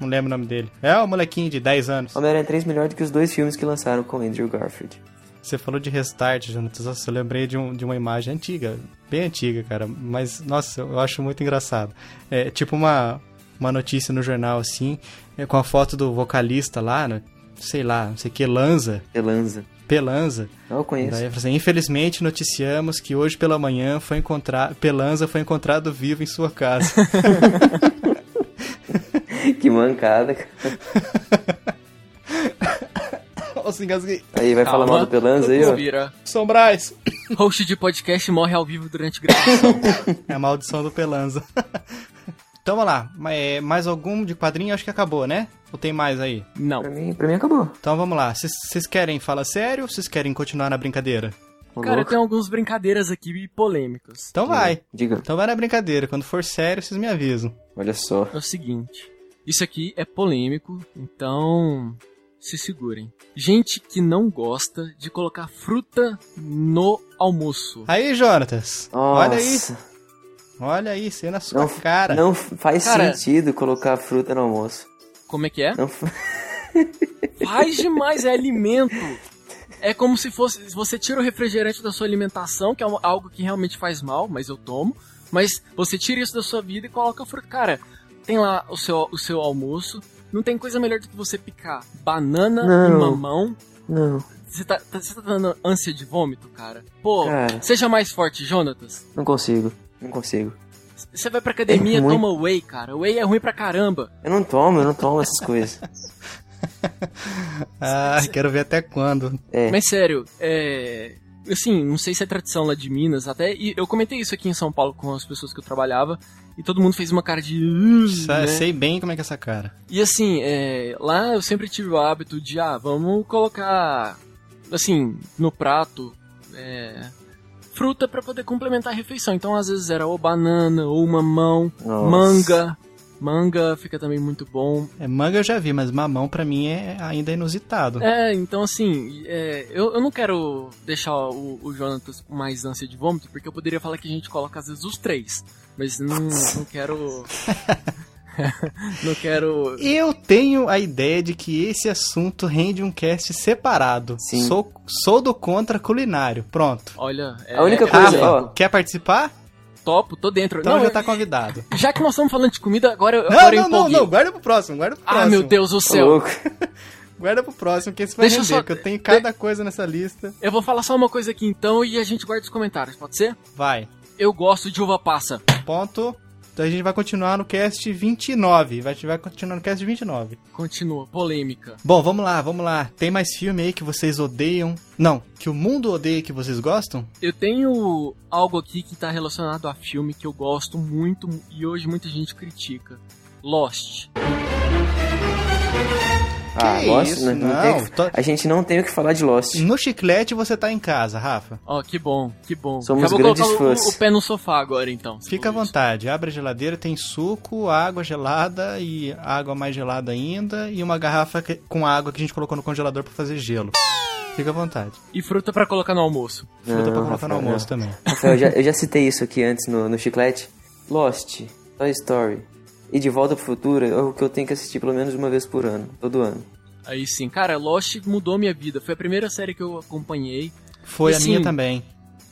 Speaker 1: Não lembro o nome dele. É o molequinho de 10 anos.
Speaker 2: Homem-Aranha 3 melhor do que os dois filmes que lançaram com o Andrew Garfield.
Speaker 1: Você falou de restart, Jonatas. Nossa, eu lembrei de, um, de uma imagem antiga, bem antiga, cara. Mas, nossa, eu acho muito engraçado. É tipo uma, uma notícia no jornal, assim, é, com a foto do vocalista lá, né? sei lá, não sei o que, Lanza.
Speaker 2: Elanza.
Speaker 1: Pelanza.
Speaker 2: Não, eu conheço.
Speaker 1: Daí, eu falei assim, infelizmente noticiamos que hoje pela manhã foi encontrar Pelanza foi encontrado vivo em sua casa.
Speaker 2: que mancada, cara.
Speaker 1: Nossa, engasguei.
Speaker 2: Aí vai falar mal do Pelanza aí, ó.
Speaker 3: Vira.
Speaker 1: São Brás.
Speaker 3: Host de podcast morre ao vivo durante gravação.
Speaker 1: É a maldição do Pelanza. então vamos lá. Ma- é, Mais algum de quadrinho? Acho que acabou, né? Ou tem mais aí?
Speaker 3: Não.
Speaker 2: Pra mim, pra mim acabou.
Speaker 1: Então vamos lá. Vocês vocês querem falar sério ou vocês querem continuar na brincadeira?
Speaker 2: Ô,
Speaker 3: Cara,
Speaker 2: louco.
Speaker 3: tem algumas brincadeiras aqui polêmicas.
Speaker 1: Então
Speaker 2: Hum.
Speaker 1: vai.
Speaker 2: Diga,
Speaker 1: Então vai na brincadeira. Quando for sério, vocês me avisam.
Speaker 2: olha só.
Speaker 3: É o seguinte: isso aqui é polêmico, então se segurem. Gente que não gosta de colocar fruta no almoço.
Speaker 1: Aí, Jonatas. Olha aí.
Speaker 2: Nossa,
Speaker 1: Olha aí, você na sua
Speaker 2: Não,
Speaker 1: cara.
Speaker 2: não faz
Speaker 3: Cara.
Speaker 2: sentido colocar fruta no almoço.
Speaker 3: Como é que é?
Speaker 2: Não fa-
Speaker 3: Faz demais, é alimento. É como se fosse. Você tira o refrigerante da sua alimentação, que é um- algo que realmente faz mal, mas eu tomo. Mas você tira isso da sua vida e coloca fruta. Cara, tem lá o seu, o seu almoço. Não tem coisa melhor do que você picar banana e
Speaker 2: Não.
Speaker 3: mamão.
Speaker 2: Não,
Speaker 3: Você tá, tá- você tá dando ânsia de vômito, cara? Pô,
Speaker 2: Cara.
Speaker 3: seja mais forte, Jonatas.
Speaker 2: não consigo. Não consigo.
Speaker 3: C- Você vai pra academia,
Speaker 2: É muito-
Speaker 3: toma whey, cara. Whey é ruim pra caramba.
Speaker 2: Eu não tomo, eu não tomo essas coisas.
Speaker 1: Ah, quero ver até quando.
Speaker 2: É.
Speaker 3: Mas sério, é. Assim, não sei se é tradição lá de Minas, até. E eu comentei isso aqui em São Paulo com as pessoas que eu trabalhava, e todo mundo fez uma cara de.
Speaker 2: Hum,
Speaker 3: "Ugh",
Speaker 1: Sa-
Speaker 3: né?
Speaker 1: Sei bem como é que é essa cara.
Speaker 3: E assim, é, lá eu sempre tive o hábito de, ah, vamos colocar, assim, no prato, é, fruta pra poder complementar a refeição. Então às vezes era ou banana, ou mamão,
Speaker 2: Nossa.
Speaker 3: manga. Manga fica também muito bom.
Speaker 1: É, manga eu já vi, mas mamão pra mim é ainda inusitado.
Speaker 3: É, então assim, é, eu, eu não quero deixar o, o Jonatas com mais ânsia de vômito, porque eu poderia falar que a gente coloca às vezes os três. Mas não, não quero. não quero.
Speaker 1: Eu tenho a ideia de que esse assunto rende um cast separado.
Speaker 2: Sim.
Speaker 1: Sou, sou do contra culinário. Pronto.
Speaker 3: Olha, é,
Speaker 2: A única
Speaker 3: é-
Speaker 2: coisa-
Speaker 3: Ah,
Speaker 2: ó.
Speaker 1: Quer participar?
Speaker 3: topo, tô dentro.
Speaker 1: Então
Speaker 3: não,
Speaker 1: já tá convidado.
Speaker 3: já que nós estamos falando de comida, agora, eu-
Speaker 1: Não,
Speaker 3: agora eu
Speaker 1: não, não,
Speaker 3: empolguei.
Speaker 1: não. Guarda pro próximo, guarda pro
Speaker 3: ah,
Speaker 1: próximo.
Speaker 3: meu Deus do
Speaker 2: Ô,
Speaker 3: céu.
Speaker 2: louco.
Speaker 1: Guarda pro próximo, que esse vai
Speaker 3: Deixa eu
Speaker 1: render,
Speaker 3: só-
Speaker 1: porque eu tenho cada coisa nessa lista.
Speaker 3: Eu vou falar só uma coisa aqui então e a gente guarda os comentários, pode ser?
Speaker 1: Vai.
Speaker 3: Eu gosto de uva passa.
Speaker 1: Ponto. Então a gente vai continuar no cast 29. Vai, vai continuar no cast 29.
Speaker 3: Continua, polêmica.
Speaker 1: Bom, vamos lá, vamos lá. Tem mais filme aí que vocês odeiam? Não, que o mundo odeia e que vocês gostam?
Speaker 3: Eu tenho algo aqui que tá relacionado a filme que eu gosto muito e hoje muita gente critica. Lost.
Speaker 2: Ah,
Speaker 1: Que
Speaker 2: Lost,
Speaker 1: isso,
Speaker 2: né? não, tem o que-
Speaker 1: não, tô- Hum,
Speaker 2: A gente não tem o que falar de Lost.
Speaker 1: No chiclete você tá em casa, Rafa.
Speaker 3: Ó, que bom, que bom.
Speaker 2: Somos
Speaker 3: Já vou
Speaker 2: grandes
Speaker 3: colocar o-
Speaker 2: fãs.
Speaker 3: O, o pé no sofá agora então. se
Speaker 1: Fica à
Speaker 3: for isso.
Speaker 1: vontade, abre a geladeira, tem suco, água gelada e água mais gelada ainda e uma garrafa que- com água que a gente colocou no congelador pra fazer gelo. Fica à vontade.
Speaker 3: E fruta pra colocar no almoço.
Speaker 1: Fruta pra
Speaker 2: Não,
Speaker 1: colocar no
Speaker 2: Rafael,
Speaker 1: almoço tá?
Speaker 2: não.
Speaker 1: também.
Speaker 2: Rafael, eu já, eu já citei isso aqui antes no, no Chiclete. Lost, Toy Story e De Volta pro Futuro é o que eu tenho que assistir pelo menos uma vez por ano, todo ano.
Speaker 3: Aí sim, cara, Lost mudou minha vida. Foi a primeira série que eu acompanhei.
Speaker 1: Foi
Speaker 3: E
Speaker 1: a minha
Speaker 2: assim,
Speaker 3: sim,
Speaker 1: também.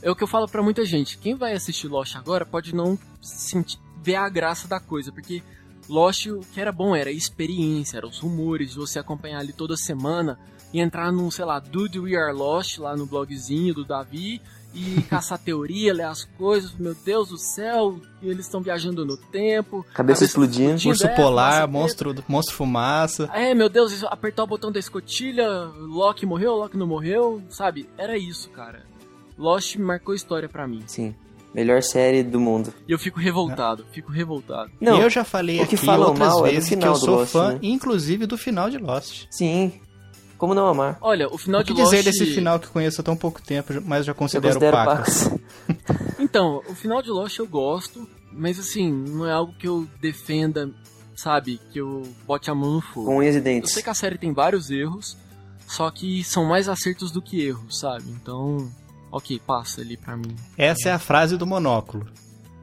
Speaker 3: É o que eu falo pra muita gente. Quem vai assistir Lost agora pode não sentir, ver a graça da coisa, porque Lost o que era bom era a experiência, eram os rumores, você acompanhar ali toda semana e entrar num, sei lá, Dude We Are Lost lá no blogzinho do Davi e caçar teoria, ler as coisas, meu Deus do céu, e eles estão viajando no tempo.
Speaker 2: Cabeça explodindo.
Speaker 3: é,
Speaker 1: Urso polar,
Speaker 3: fumaça
Speaker 1: monstro, monstro fumaça.
Speaker 3: é, meu Deus, isso- apertar o botão da escotilha, Loki morreu, Loki não morreu, sabe? Era isso, cara. Lost marcou história pra mim.
Speaker 2: Sim, melhor série do mundo.
Speaker 3: E eu fico revoltado, fico revoltado.
Speaker 2: Não,
Speaker 1: eu já falei
Speaker 2: o que
Speaker 1: aqui
Speaker 2: falam
Speaker 1: outras
Speaker 2: mal é do
Speaker 1: vezes que
Speaker 2: final
Speaker 1: eu
Speaker 2: do
Speaker 1: sou
Speaker 2: Lost,
Speaker 1: fã,
Speaker 2: né?
Speaker 1: inclusive, do final de Lost.
Speaker 2: sim. Como não amar?
Speaker 3: Olha, o final
Speaker 1: O que
Speaker 3: de Lost.
Speaker 1: dizer desse final que eu conheço há tão pouco tempo, mas já
Speaker 2: Eu
Speaker 1: considero,
Speaker 2: considero
Speaker 1: pacas.
Speaker 2: pacas.
Speaker 3: Então, o final de Lost eu gosto, mas assim, não é algo que eu defenda, sabe? Que eu bote a mão no fogo.
Speaker 2: Com unhas e
Speaker 3: Eu
Speaker 2: dentes.
Speaker 3: sei que a série tem vários erros, só que são mais acertos do que erros, sabe? Então, ok, passa ali pra mim.
Speaker 1: Essa é a frase do monóculo.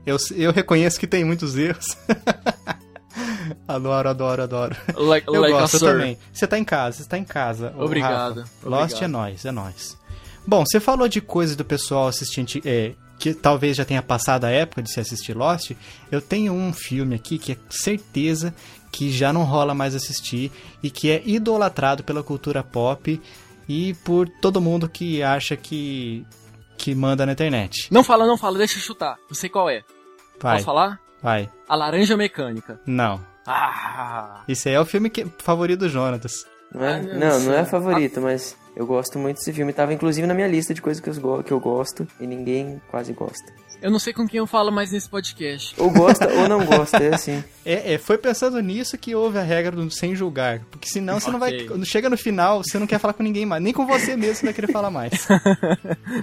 Speaker 1: Eu, eu reconheço que tem muitos erros. adoro, adoro, adoro.
Speaker 3: Like,
Speaker 1: Eu
Speaker 3: like a
Speaker 1: gosto eu
Speaker 3: sir.
Speaker 1: também. Você tá em casa, você tá em casa. ô,
Speaker 3: Obrigado,
Speaker 1: Rafa. Lost
Speaker 3: obrigado.
Speaker 1: é nóis, é nóis. Bom, você falou de coisas do pessoal assistindo. é, que talvez já tenha passado a época de se assistir Lost. Eu tenho um filme aqui que é certeza que já não rola mais assistir e que é idolatrado pela cultura pop e por todo mundo que acha que. que manda na internet.
Speaker 3: Não fala, não fala, deixa eu chutar. Eu sei qual é.
Speaker 1: Vai,
Speaker 3: Posso falar?
Speaker 1: vai.
Speaker 3: A Laranja Mecânica.
Speaker 1: Não.
Speaker 3: Ah!
Speaker 1: Esse aí é o filme que, favorito do Jonatas.
Speaker 2: Não, é,
Speaker 3: Ah, meu
Speaker 2: não,
Speaker 3: Deus
Speaker 2: não é
Speaker 3: do céu.
Speaker 2: favorito, mas eu gosto muito desse filme. Tava inclusive na minha lista de coisas que eu, go- que eu gosto e ninguém quase gosta.
Speaker 3: Eu não sei com quem eu falo mais nesse podcast.
Speaker 2: Ou gosta ou não gosta, é assim.
Speaker 1: É, é, foi pensando nisso que houve a regra do sem julgar. Porque senão você não vai.
Speaker 3: Ok.
Speaker 1: Quando chega no final, você não quer falar com ninguém mais. Nem com você mesmo você não vai querer falar mais.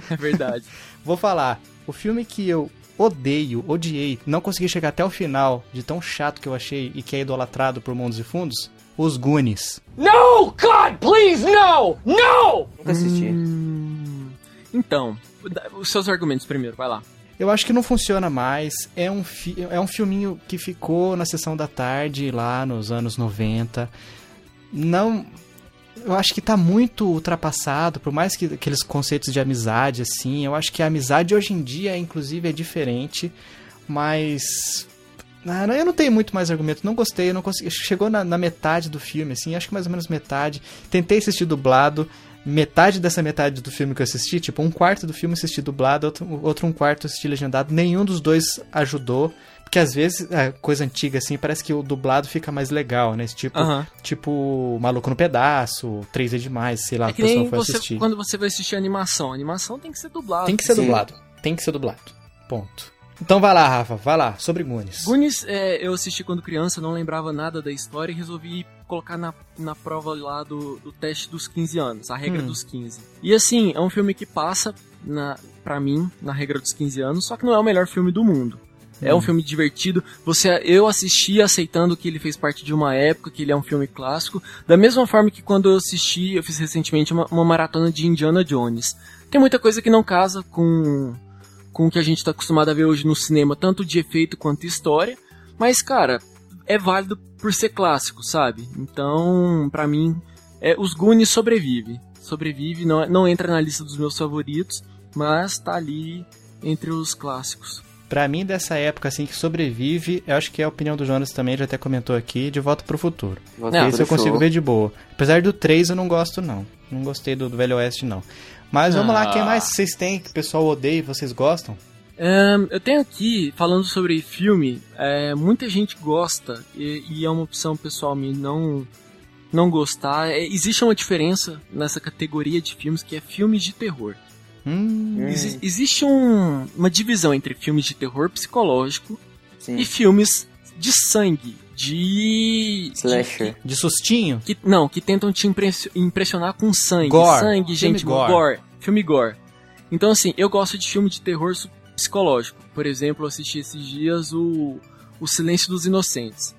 Speaker 3: É verdade.
Speaker 1: Vou falar. O filme que eu odeio, odiei, não consegui chegar até o final, de tão chato que eu achei e que é idolatrado por mundos e fundos, Os Goonies.
Speaker 5: No, God, please, no! No!
Speaker 2: Nunca assisti.
Speaker 3: Hum, então, dá- os seus argumentos primeiro, vai lá.
Speaker 1: Eu acho que não funciona mais. É um, fi é um filminho que ficou na sessão da tarde, lá nos anos 90. Não. Eu acho que tá muito ultrapassado, por mais que aqueles conceitos de amizade, assim. Eu acho que a amizade hoje em dia, inclusive, é diferente. Mas. ah, não, Eu não tenho muito mais argumento, não gostei, eu não consegui. Chegou na, na metade do filme, assim, acho que mais ou menos metade. Tentei assistir dublado, metade dessa metade do filme que eu assisti, tipo, um quarto do filme eu assisti dublado, outro, outro um quarto eu assisti legendado, nenhum dos dois ajudou. Porque às vezes, é, coisa antiga assim, parece que o dublado fica mais legal, né? Tipo,
Speaker 3: Aham.
Speaker 1: tipo Maluco no Pedaço, 3 é demais, sei lá,
Speaker 3: é
Speaker 1: o
Speaker 3: que
Speaker 1: pessoal
Speaker 3: nem
Speaker 1: foi
Speaker 3: você-
Speaker 1: assistir.
Speaker 3: quando assim. você vai assistir animação. A animação tem que ser dublada.
Speaker 1: Tem que ser
Speaker 2: Sim.
Speaker 1: dublado, tem que ser dublado. Ponto. Então vai lá, Rafa, vai lá, sobre Gunis.
Speaker 3: Goonies, é, eu assisti quando criança, não lembrava nada da história e resolvi colocar na, na prova lá do, do teste dos 15 anos, a regra
Speaker 1: Hum.
Speaker 3: dos 15. E assim, é um filme que passa, na, pra mim, na regra dos 15 anos, só que não é o melhor filme do mundo. É um filme divertido. Você, eu assisti aceitando que ele fez parte de uma época, que ele é um filme clássico. Da mesma forma que quando eu assisti, eu fiz recentemente uma, uma maratona de Indiana Jones. Tem muita coisa que não casa com, com o que a gente tá acostumado a ver hoje no cinema, tanto de efeito quanto história. Mas, cara, é válido por ser clássico, sabe? Então, pra mim, é, os Goonies sobrevive. Sobrevive, não, é, não entra na lista dos meus favoritos, mas tá ali entre os clássicos.
Speaker 1: Pra mim, dessa época, assim, que sobrevive, eu acho que é a opinião do Jonas também, ele já até comentou aqui, de volta pro futuro.
Speaker 2: Volta
Speaker 3: Não,
Speaker 2: pro
Speaker 1: Esse eu
Speaker 2: show.
Speaker 1: consigo ver de boa. Apesar do 3, eu não gosto, não. Não gostei do, do Velho Oeste, não. Mas vamos lá,
Speaker 3: Ah.
Speaker 1: quem mais vocês têm que o pessoal odeia e vocês gostam?
Speaker 3: Ahn, eu tenho aqui, falando sobre filme, é, muita gente gosta e, e é uma opção pessoal minha não, não gostar. É, existe uma diferença nessa categoria de filmes que é filmes de terror.
Speaker 1: Hum,
Speaker 2: Hum,
Speaker 3: Exi- existe um- uma divisão entre filmes de terror psicológico
Speaker 2: sim.
Speaker 1: é
Speaker 3: e filmes de sangue, de. de-
Speaker 2: Slasher.
Speaker 1: de sustinho?
Speaker 3: que, não, que tentam te impress- impressionar com sangue.
Speaker 1: Gore.
Speaker 3: Sangue,
Speaker 1: Filme
Speaker 3: gente,
Speaker 1: gore.
Speaker 3: gore. Filme gore. Então, assim, eu gosto de filme de terror su- psicológico. Por exemplo, eu assisti esses dias o, o Silêncio dos Inocentes.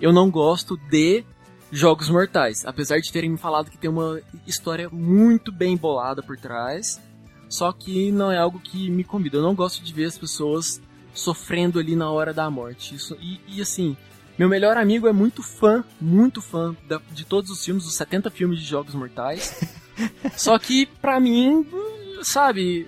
Speaker 3: Eu não gosto de Jogos Mortais. Apesar de terem me falado que tem uma história muito bem bolada por trás. Só que não é algo que me convida. Eu não gosto de ver as pessoas sofrendo ali na hora da morte. Isso, e, e assim, meu melhor amigo é muito fã, muito fã da- de todos os filmes, dos 70 filmes de Jogos Mortais. Só que, pra mim, hum, sabe.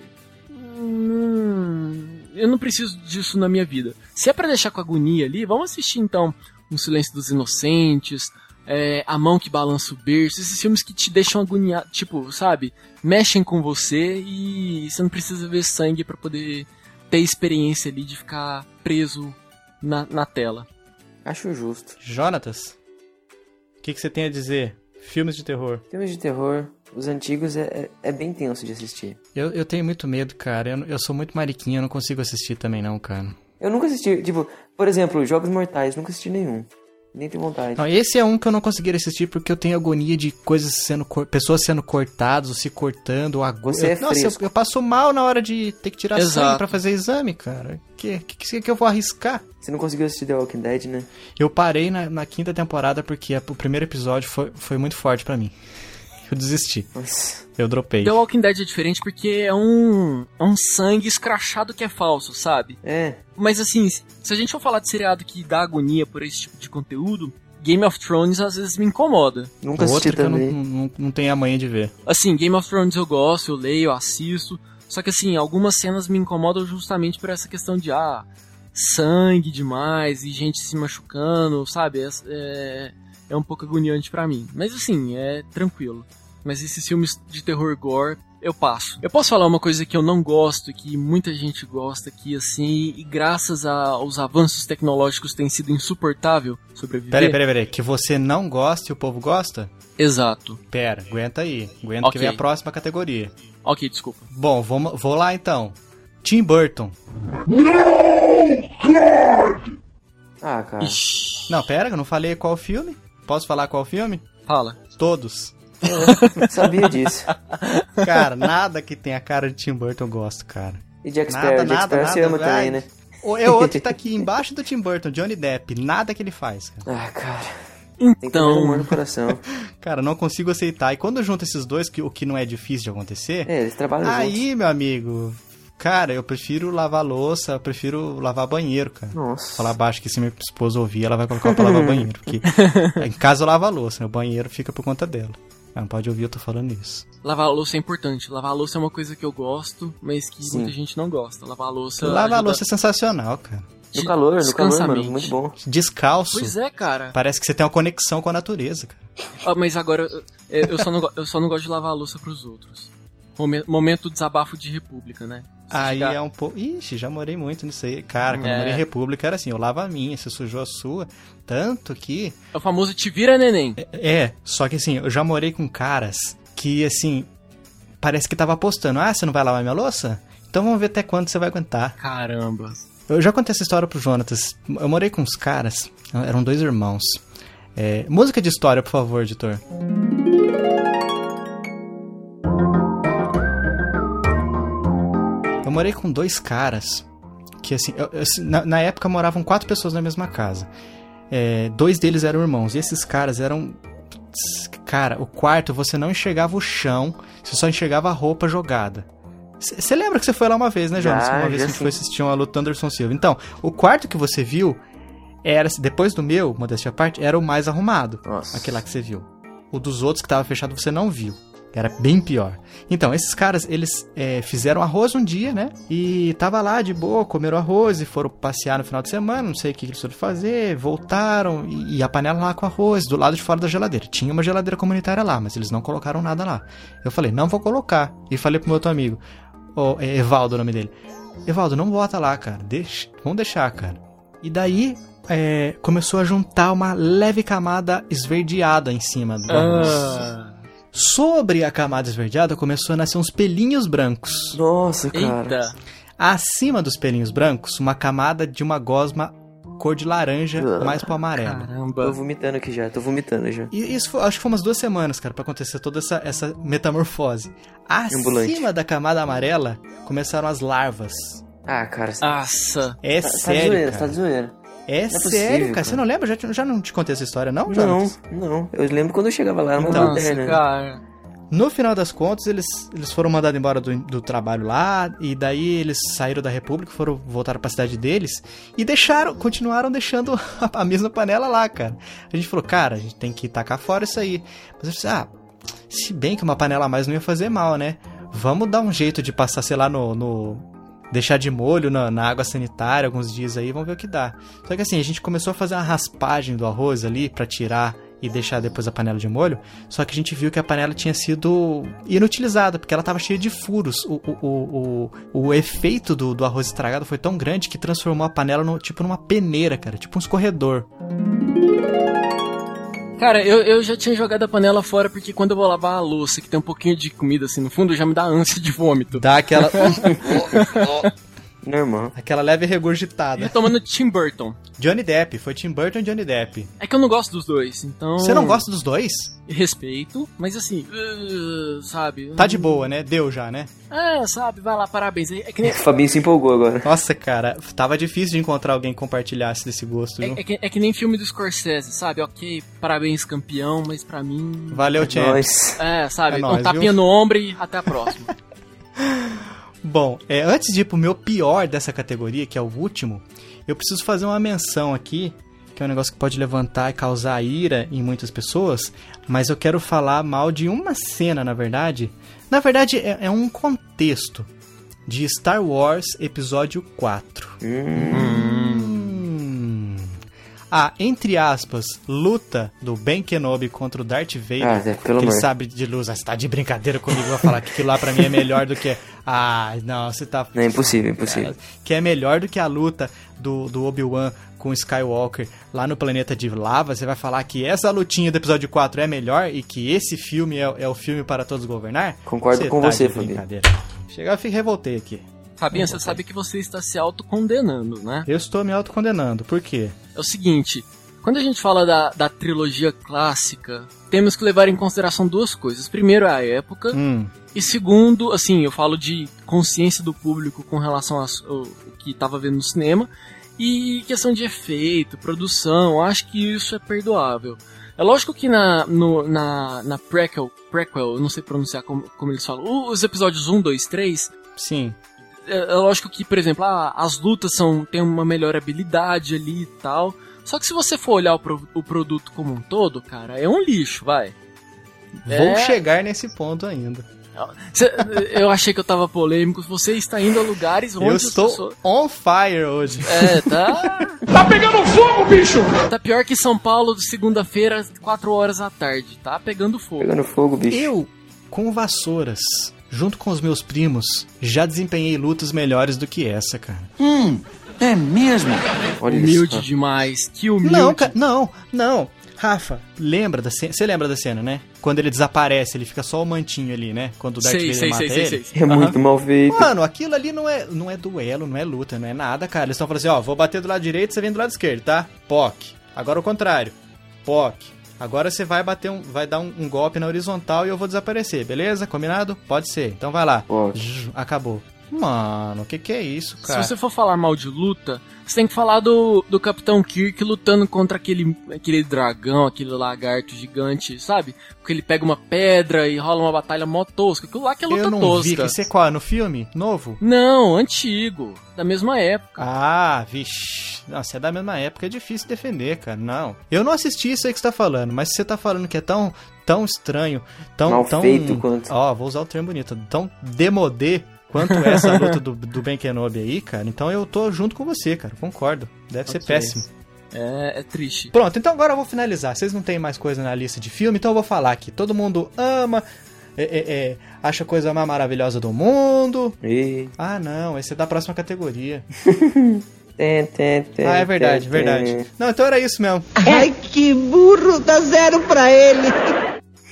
Speaker 3: hum, eu não preciso disso na minha vida. Se é pra deixar com agonia ali, vamos assistir então Um Silêncio dos Inocentes, é, A Mão que Balança o Berço, esses filmes que te deixam agoniado, tipo, sabe? Mexem com você e você não precisa ver sangue pra poder ter experiência ali de ficar preso na, na tela.
Speaker 2: Acho justo.
Speaker 1: Jonatas? O que, que você tem a dizer? Filmes de terror.
Speaker 2: Filmes de terror, os antigos é, é, é bem tenso de assistir.
Speaker 1: Eu, eu tenho muito medo, cara. Eu, eu sou muito mariquinha, eu não consigo assistir também, não, cara.
Speaker 2: Eu nunca assisti, tipo, por exemplo, Jogos Mortais, nunca assisti nenhum. Nem tenho vontade.
Speaker 1: Não, esse é um que eu não conseguiria assistir porque eu tenho agonia de coisas sendo cor- pessoas sendo cortadas ou se cortando, ou agulha.
Speaker 2: Você é
Speaker 1: Nossa, eu,
Speaker 2: fresco.
Speaker 1: eu passo mal na hora de ter que tirar
Speaker 3: Exato.
Speaker 1: sangue pra fazer exame, cara. Que que, que, que eu vou arriscar?
Speaker 2: Você não conseguiu assistir The Walking Dead, né?
Speaker 1: Eu parei na, na quinta temporada porque a- o primeiro episódio foi, foi muito forte pra mim. Eu desisti,
Speaker 2: Nossa.
Speaker 1: eu dropei.
Speaker 3: The Walking Dead é diferente porque é um, é um sangue escrachado que é falso, sabe?
Speaker 2: É,
Speaker 3: Mas assim, se a gente for falar de seriado que dá agonia por esse tipo de conteúdo, Game of Thrones às vezes me incomoda.
Speaker 2: Nunca assisti
Speaker 1: Outro que eu não,
Speaker 2: também.
Speaker 1: não, não tenho amanhã de ver.
Speaker 3: Assim, Game of Thrones eu gosto, eu leio, eu assisto. Só que assim, algumas cenas me incomodam justamente por essa questão de ah, sangue demais e gente se machucando, sabe? É, é, é um pouco agoniante pra mim. Mas assim, é tranquilo. Mas esses filmes de terror gore, eu passo. Eu posso falar uma coisa que eu não gosto, que muita gente gosta aqui, assim, e graças a- aos avanços tecnológicos tem sido insuportável sobreviver.
Speaker 1: Peraí, peraí, peraí. Que você não gosta e o povo gosta?
Speaker 3: Exato.
Speaker 1: Pera, aguenta aí. Aguenta que
Speaker 3: Ok.
Speaker 1: vem a próxima categoria.
Speaker 3: Ok, desculpa.
Speaker 1: Bom, vou, vou lá então. Tim Burton.
Speaker 2: Ah, cara.
Speaker 3: Ixi,
Speaker 1: Não, pera, que eu não falei qual filme. Posso falar qual filme?
Speaker 3: fala.
Speaker 1: Todos.
Speaker 2: Sabia disso.
Speaker 1: Cara, nada que tenha a cara de Tim Burton eu gosto, cara.
Speaker 2: E Jack
Speaker 1: Nada,
Speaker 2: Sparrow. Jack
Speaker 1: nada,
Speaker 2: Sparrow você ama
Speaker 1: nada.
Speaker 2: também,
Speaker 1: Ai,
Speaker 2: né?
Speaker 1: o- É outro que tá aqui embaixo do Tim Burton, Johnny Depp. Nada que ele faz, cara.
Speaker 2: Ah, cara. Tem que ter um
Speaker 3: Então,
Speaker 2: amor no coração.
Speaker 1: Cara, não consigo aceitar. E quando junta esses dois, que, o que não é difícil de acontecer,
Speaker 2: É, eles trabalham juntos.
Speaker 1: aí, meu amigo, cara, eu prefiro lavar louça, eu prefiro lavar banheiro, cara.
Speaker 2: Nossa.
Speaker 1: Falar baixo que se minha esposa ouvir, ela vai colocar a palavra banheiro. Porque em casa eu lavo a louça, né? O banheiro fica por conta dela. Ela não pode ouvir eu tô falando isso.
Speaker 3: Lavar a louça é importante. Lavar a louça é uma coisa que eu gosto, mas que
Speaker 2: Sim.
Speaker 3: muita gente não gosta. Lavar a louça.
Speaker 1: Lavar a
Speaker 3: ajuda-
Speaker 1: louça é sensacional, cara.
Speaker 2: No calor, no calor,
Speaker 3: Descansa a
Speaker 2: mano.
Speaker 3: mente.
Speaker 2: Muito bom.
Speaker 1: Descalço.
Speaker 3: Pois é, cara.
Speaker 1: Parece que você tem uma conexão com a natureza, cara.
Speaker 3: Ah, mas agora, é, eu só, não, go- eu só não gosto de lavar a louça pros outros. Momen- Momento desabafo de república, né? Você
Speaker 1: Aí
Speaker 3: fica-
Speaker 1: é um pouco. Ixi, já morei muito nisso aí. Cara, quando eu
Speaker 3: É.
Speaker 1: morei em República era assim: eu lavo a minha, você sujou a sua. Tanto que.
Speaker 3: é o famoso te vira neném.
Speaker 1: É, só que assim, eu já morei com caras que, assim, parece que tava apostando: ah, você não vai lavar minha louça? Então vamos ver até quando você vai aguentar.
Speaker 3: Caramba.
Speaker 1: Eu já contei essa história pro Jonatas. Eu morei com uns caras, eram dois irmãos. É, música de história, por favor, editor. Eu morei com dois caras que, assim, eu- eu- assim, na, na época moravam quatro pessoas na mesma casa. É, dois deles eram irmãos, e esses caras eram. Cara, o quarto você não enxergava o chão, você só enxergava a roupa jogada. Você lembra que você foi lá uma vez, né, Jonas?
Speaker 2: Já,
Speaker 1: uma vez
Speaker 2: Ah, já
Speaker 1: que a gente
Speaker 2: sim.
Speaker 1: foi assistir uma luta do Anderson Silva. Então, o quarto que você viu era, depois do meu, modéstia à parte, era o mais arrumado.
Speaker 2: Nossa.
Speaker 1: Aquele lá que você viu. O dos outros que tava fechado você não viu. Era bem pior. Então, esses caras, eles é, fizeram arroz um dia, né? E tava lá de boa, comeram arroz e foram passear no final de semana, não sei o que que eles foram fazer, voltaram e, e a panela lá com arroz, do lado de fora da geladeira. Tinha uma geladeira comunitária lá, mas eles não colocaram nada lá. Eu falei, não vou colocar. E falei pro meu outro amigo, ó, é Evaldo o nome dele. Evaldo, não bota lá, cara. Deixa, vamos deixar, cara. E daí é, começou a juntar uma leve camada esverdeada em cima do arroz.
Speaker 3: Ah,
Speaker 1: Sobre a camada esverdeada começou a nascer uns pelinhos brancos.
Speaker 2: Nossa, cara.
Speaker 3: eita.
Speaker 1: Acima dos pelinhos brancos, uma camada de uma gosma cor de laranja
Speaker 2: Ah,
Speaker 1: mais pro amarelo.
Speaker 2: Tô
Speaker 3: Caramba.
Speaker 2: vomitando aqui já, tô vomitando já.
Speaker 1: E isso foi- acho que foi umas duas semanas, cara, pra acontecer toda essa, essa metamorfose. Acima
Speaker 2: Ambulante.
Speaker 1: da camada amarela começaram as larvas.
Speaker 2: Ah, cara. Tá,
Speaker 3: Nossa.
Speaker 1: É
Speaker 2: tá de
Speaker 1: sério,
Speaker 2: zoeira,
Speaker 1: cara.
Speaker 2: tá de zoeira.
Speaker 1: É,
Speaker 2: Não é possível,
Speaker 1: sério, cara.
Speaker 2: cara.
Speaker 1: Você não lembra? Já, te- já não te contei essa história, não?
Speaker 2: Não,
Speaker 1: Jonas?
Speaker 2: não. Eu lembro quando eu chegava lá, era uma
Speaker 1: Então,
Speaker 3: Nossa,
Speaker 2: lanterna.
Speaker 3: cara.
Speaker 1: No final das contas, eles, eles foram mandados embora do, do trabalho lá, e daí eles saíram da República, foram voltaram pra cidade deles, e deixaram, continuaram deixando a, a mesma panela lá, cara. A gente falou, cara, a gente tem que tacar fora isso aí. Mas eu disse, ah, se bem que uma panela a mais não ia fazer mal, né? Vamos dar um jeito de passar, sei lá, no. no- deixar de molho na, na água sanitária alguns dias aí, vamos ver o que dá. Só que assim, a gente começou a fazer uma raspagem do arroz ali pra tirar e deixar depois a panela de molho. Só que a gente viu que a panela tinha sido inutilizada, porque ela estava cheia de furos. O, o, o, o, o efeito do, do arroz estragado foi tão grande que transformou a panela no, tipo numa peneira, cara, tipo um escorredor.
Speaker 3: Cara, eu, eu já tinha jogado a panela fora porque quando eu vou lavar a louça, que tem um pouquinho de comida assim no fundo, já me dá ânsia de vômito.
Speaker 1: Dá aquela,
Speaker 2: né? Normal.
Speaker 1: aquela leve
Speaker 3: Eu
Speaker 1: regurgitada.
Speaker 3: tô tomando Tim Burton.
Speaker 1: Johnny Depp, foi Tim Burton e Johnny Depp.
Speaker 3: É que eu não gosto dos dois, então.
Speaker 1: Você não gosta dos dois?
Speaker 3: Respeito, mas assim, uh, sabe?
Speaker 1: Tá de boa, né? Deu já, né?
Speaker 3: É, sabe, vai lá, parabéns. É, é que, nem,
Speaker 1: Tá.
Speaker 2: O Fabinho se empolgou agora.
Speaker 1: Nossa, cara, tava difícil de encontrar alguém que compartilhasse desse gosto, viu?
Speaker 3: é, é que, é que nem filme do Scorsese, sabe? Ok, parabéns campeão, mas pra mim.
Speaker 1: Valeu, Champ.
Speaker 2: Nós.
Speaker 3: É, sabe?
Speaker 1: É
Speaker 3: um
Speaker 1: nóis,
Speaker 3: tapinha
Speaker 1: viu?
Speaker 3: no ombro e até a próxima.
Speaker 1: Bom, é, antes de ir pro meu pior dessa categoria, que é o último, eu preciso fazer uma menção aqui, que é um negócio que pode levantar e causar ira em muitas pessoas, mas eu quero falar mal de uma cena, na verdade. Na verdade, é, é um contexto de Star Wars Episódio 4. Hum. A, entre aspas, luta do Ben Kenobi contra o Darth Vader.
Speaker 2: Ah, Zé, pelo
Speaker 1: que ele
Speaker 2: amor.
Speaker 1: sabe de luz. Ah, você tá de brincadeira comigo, vai falar que aquilo lá pra mim é melhor do que. Ah, não, você tá
Speaker 2: Não, é impossível, impossível.
Speaker 1: que é melhor do que a luta do, do Obi-Wan com o Skywalker lá no planeta de lava, você vai falar que essa lutinha do episódio 4 é melhor e que esse filme é, é o filme para todos governar? tá
Speaker 2: Concordo com você,
Speaker 1: de
Speaker 2: Fabinho.
Speaker 1: brincadeira. Chega, eu fico- revoltei aqui.
Speaker 3: Fabinho,
Speaker 1: Tá.
Speaker 3: você sabe que você está se autocondenando, né?
Speaker 1: Eu estou me autocondenando, por quê?
Speaker 3: É o seguinte, quando a gente fala da, da trilogia clássica, temos que levar em consideração duas coisas. Primeiro é a época,
Speaker 1: Hum,
Speaker 3: e segundo, assim, eu falo de consciência do público com relação ao que estava vendo no cinema. E questão de efeito, produção, eu acho que isso é perdoável. É lógico que na, no- na, na prequel, prequel, eu não sei pronunciar como, como eles falam, o- os episódios 1, 2, 3,
Speaker 1: sim.
Speaker 3: é, é lógico que, por exemplo, ah, as lutas são têm uma melhor habilidade ali e tal. Só que se você for olhar o, pro- o produto como um todo, cara, é um lixo, vai.
Speaker 1: Vou
Speaker 3: É.
Speaker 1: chegar nesse ponto ainda.
Speaker 3: Cê- eu achei que eu tava polêmico. Você está indo a lugares onde
Speaker 1: eu
Speaker 3: as
Speaker 1: estou
Speaker 3: pessoas.
Speaker 1: on fire hoje.
Speaker 3: É, tá.
Speaker 5: Tá pegando fogo, bicho!
Speaker 3: Tá pior que São Paulo de segunda-feira, 4 horas da tarde. Tá pegando fogo.
Speaker 2: Pegando fogo, bicho.
Speaker 1: Eu, com vassouras, junto com os meus primos, já desempenhei lutas melhores do que essa, cara.
Speaker 2: Olha
Speaker 3: Humilde
Speaker 2: isso.
Speaker 3: demais. Que humilde.
Speaker 1: Não, ca- não, não. Rafa, lembra da cena? Você lembra da cena, né? Quando ele desaparece, ele fica só o mantinho ali, né? Quando o Darth
Speaker 3: Sei,
Speaker 1: Vader
Speaker 3: sei,
Speaker 1: mata
Speaker 3: sei, sei,
Speaker 1: ele.
Speaker 3: sei.
Speaker 2: É muito mal feito.
Speaker 1: Mano, aquilo ali não é, não é duelo, não é luta, não é nada, cara. Eles estão falando assim, ó, vou bater do lado direito, você vem do lado esquerdo, tá? POC. Agora o contrário. POC. Agora você vai bater um. Vai dar um, um golpe na horizontal e eu vou desaparecer, beleza? Combinado? Pode ser. Então vai lá.
Speaker 2: Ó,
Speaker 1: Zzz, Acabou. Mano, o que, que é isso, cara?
Speaker 3: Se você for falar mal de luta, você tem que falar do, do Capitão Kirk lutando contra aquele, aquele dragão, aquele lagarto gigante, sabe? Porque ele pega uma pedra e rola uma batalha mó tosca. Aquilo lá que é luta
Speaker 1: eu não vi
Speaker 3: tosca.
Speaker 1: que você qual? No filme? Novo?
Speaker 3: Não, antigo. Da mesma época.
Speaker 1: Ah, vixi. Não, se é da mesma época, é difícil defender, cara. Não. Eu não assisti isso aí que você tá falando, mas se você tá falando que é tão, tão estranho, tão.
Speaker 2: Mal
Speaker 1: tão,
Speaker 2: feito quanto.
Speaker 1: Ó, vou usar o termo bonito. Tão demodê quanto essa luta do, do Ben Kenobi aí, cara. Então eu tô junto com você, cara. Concordo. Deve ser
Speaker 2: Ok.
Speaker 1: péssimo.
Speaker 3: É, é triste.
Speaker 1: Pronto, então agora eu vou finalizar. Vocês não têm mais coisa na lista de filme, então eu vou falar aqui. Todo mundo ama. é, é, é, acha a coisa mais maravilhosa do mundo.
Speaker 2: E...
Speaker 1: Ah, não, esse é da próxima categoria.
Speaker 2: Tem, tem, tem,
Speaker 1: Ah, é verdade,
Speaker 2: tem,
Speaker 1: verdade.
Speaker 2: tem.
Speaker 1: Não, então era isso mesmo.
Speaker 10: Ai, que burro, dá zero pra ele.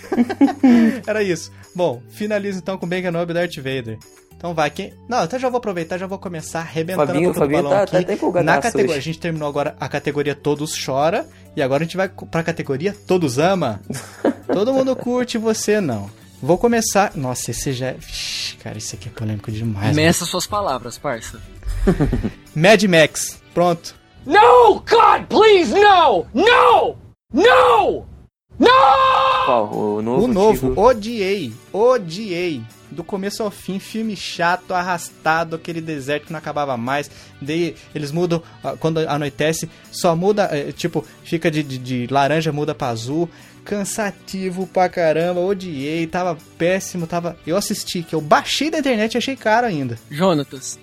Speaker 1: Era isso. Bom, finaliza então com Ben Kenobi e Darth Vader. Então vai, quem... Não, então já vou aproveitar, já vou começar arrebentando
Speaker 2: Fabinho-
Speaker 1: a boca do
Speaker 2: Fabinho
Speaker 1: balão
Speaker 2: tá- tá
Speaker 1: aqui.
Speaker 2: até empolgadaço
Speaker 1: na categoria,
Speaker 2: hoje.
Speaker 1: a gente terminou agora a categoria Todos Chora, e agora a gente vai co- pra categoria Todos Ama. Todo mundo curte, você não. Vou começar... Nossa, esse já... é- Vixe, Cara, isso aqui é polêmico demais. né?
Speaker 3: Meça suas palavras, parça.
Speaker 1: Mad Max, pronto.
Speaker 5: No! God, please, no! No! No! No!
Speaker 2: Qual? O novo?
Speaker 1: O novo,
Speaker 2: antigo?
Speaker 1: odiei, odiei. Do começo ao fim, filme chato, arrastado, aquele deserto que não acabava mais. Daí eles mudam, ah, quando anoitece, só muda, eh, tipo, fica de, de- de laranja, muda pra azul. Cansativo pra caramba, odiei, tava péssimo, tava. Eu assisti, que eu baixei da internet e achei caro ainda.
Speaker 3: Jonatas,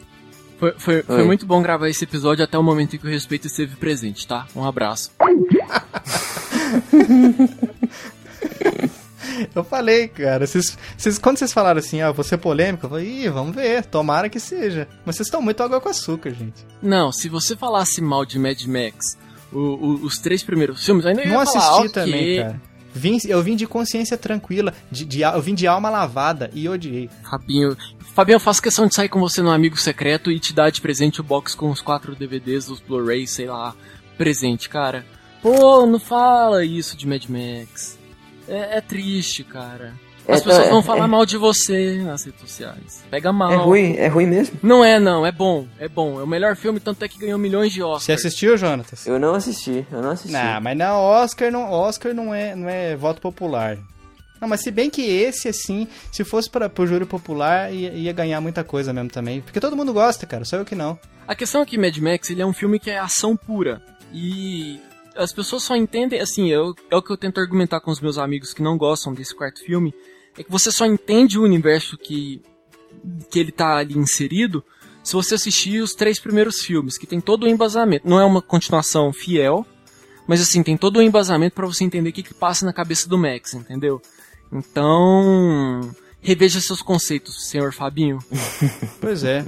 Speaker 3: foi, foi, foi
Speaker 2: Oi.
Speaker 3: muito bom gravar esse episódio até o momento em que o respeito esteve presente, tá? Um abraço.
Speaker 1: Eu falei, cara, vocês, vocês- quando vocês falaram assim, ah, você polêmico, eu falei, ih, vamos ver, tomara que seja. Mas vocês estão muito água com açúcar, gente.
Speaker 3: Não, se você falasse mal de Mad Max, o- o- os três primeiros filmes, ainda eu ia
Speaker 1: Não assisti
Speaker 3: falar, ok,
Speaker 1: também, cara. Vim- eu vim de consciência tranquila, de, de al- eu vim de alma lavada e odiei.
Speaker 3: Fabinho, Fabinho, eu faço questão de sair com você no amigo secreto e te dar de presente o box com os quatro DVDs, os Blu-rays, sei lá, presente, cara. Pô, não fala isso de Mad Max. É, é triste, cara. As
Speaker 2: É,
Speaker 3: pessoas
Speaker 2: é,
Speaker 3: vão
Speaker 2: é.
Speaker 3: falar mal de você nas redes sociais. Pega mal.
Speaker 2: É ruim, é ruim mesmo?
Speaker 3: Não é, não. É bom. É bom. É o melhor filme, tanto é que ganhou milhões de Oscars.
Speaker 1: Você assistiu, Jonatas?
Speaker 2: Eu não assisti, eu não assisti.
Speaker 1: Não, mas não, Oscar não, Oscar não é, não é voto popular. Não, mas se bem que esse, assim, se fosse para pro júri popular, ia, ia ganhar muita coisa mesmo também. Porque todo mundo gosta, cara, só eu que não.
Speaker 3: A questão é que Mad Max ele é um filme que é ação pura. E as pessoas só entendem, assim, eu, é o que eu tento argumentar com os meus amigos que não gostam desse quarto filme, é que você só entende o universo que, que ele tá ali inserido se você assistir os três primeiros filmes, que tem todo o embasamento. Não é uma continuação fiel, mas assim, tem todo o embasamento pra você entender o que, que passa na cabeça do Max, entendeu? Então, reveja seus conceitos, senhor Fabinho.
Speaker 1: Pois é.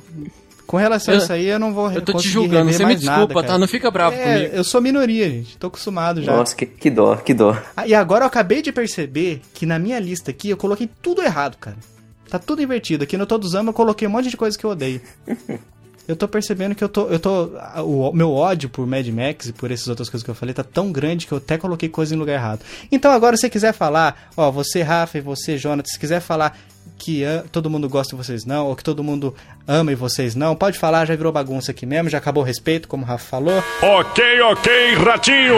Speaker 1: Com relação a
Speaker 3: Eu-
Speaker 1: isso aí, eu não vou
Speaker 3: Eu tô te
Speaker 1: conseguir
Speaker 3: julgando,
Speaker 1: rever
Speaker 3: você me
Speaker 1: mais nada,
Speaker 3: desculpa,
Speaker 1: cara.
Speaker 3: tá? Não fica bravo
Speaker 1: É,
Speaker 3: comigo.
Speaker 1: eu sou minoria, gente. Tô acostumado já.
Speaker 2: Nossa, que, que dó, que dó.
Speaker 1: Ah, e agora eu acabei de perceber que na minha lista aqui eu coloquei tudo errado, cara. Tá tudo invertido. Aqui no Todos Ama eu coloquei um monte de coisa que eu odeio. Eu tô percebendo que eu tô. Eu tô ah, o meu ódio por Mad Max e por essas outras coisas que eu falei tá tão grande que eu até coloquei coisa em lugar errado. Então agora, se você quiser falar, ó, você, Rafa, e você, Jonathan, se quiser falar que ah, todo mundo gosta e vocês não, ou que todo mundo ama e vocês não, pode falar, já virou bagunça aqui mesmo, já acabou o respeito, como o Rafa falou.
Speaker 9: Ok, ok, ratinho!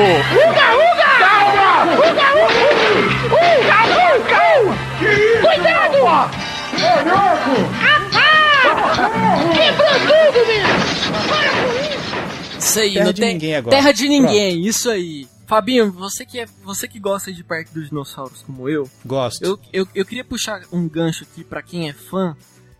Speaker 5: Cuidado! Ô, louco! Rapaz! Que brancudo,
Speaker 3: Isso aí,
Speaker 1: Terra
Speaker 3: não
Speaker 1: de
Speaker 3: tem-
Speaker 1: ninguém agora.
Speaker 3: Terra de ninguém, isso aí. Fabinho, você que, é, você que gosta de Parque dos Dinossauros como eu,
Speaker 1: Gosto.
Speaker 3: eu, eu, eu queria puxar um gancho aqui pra quem é fã.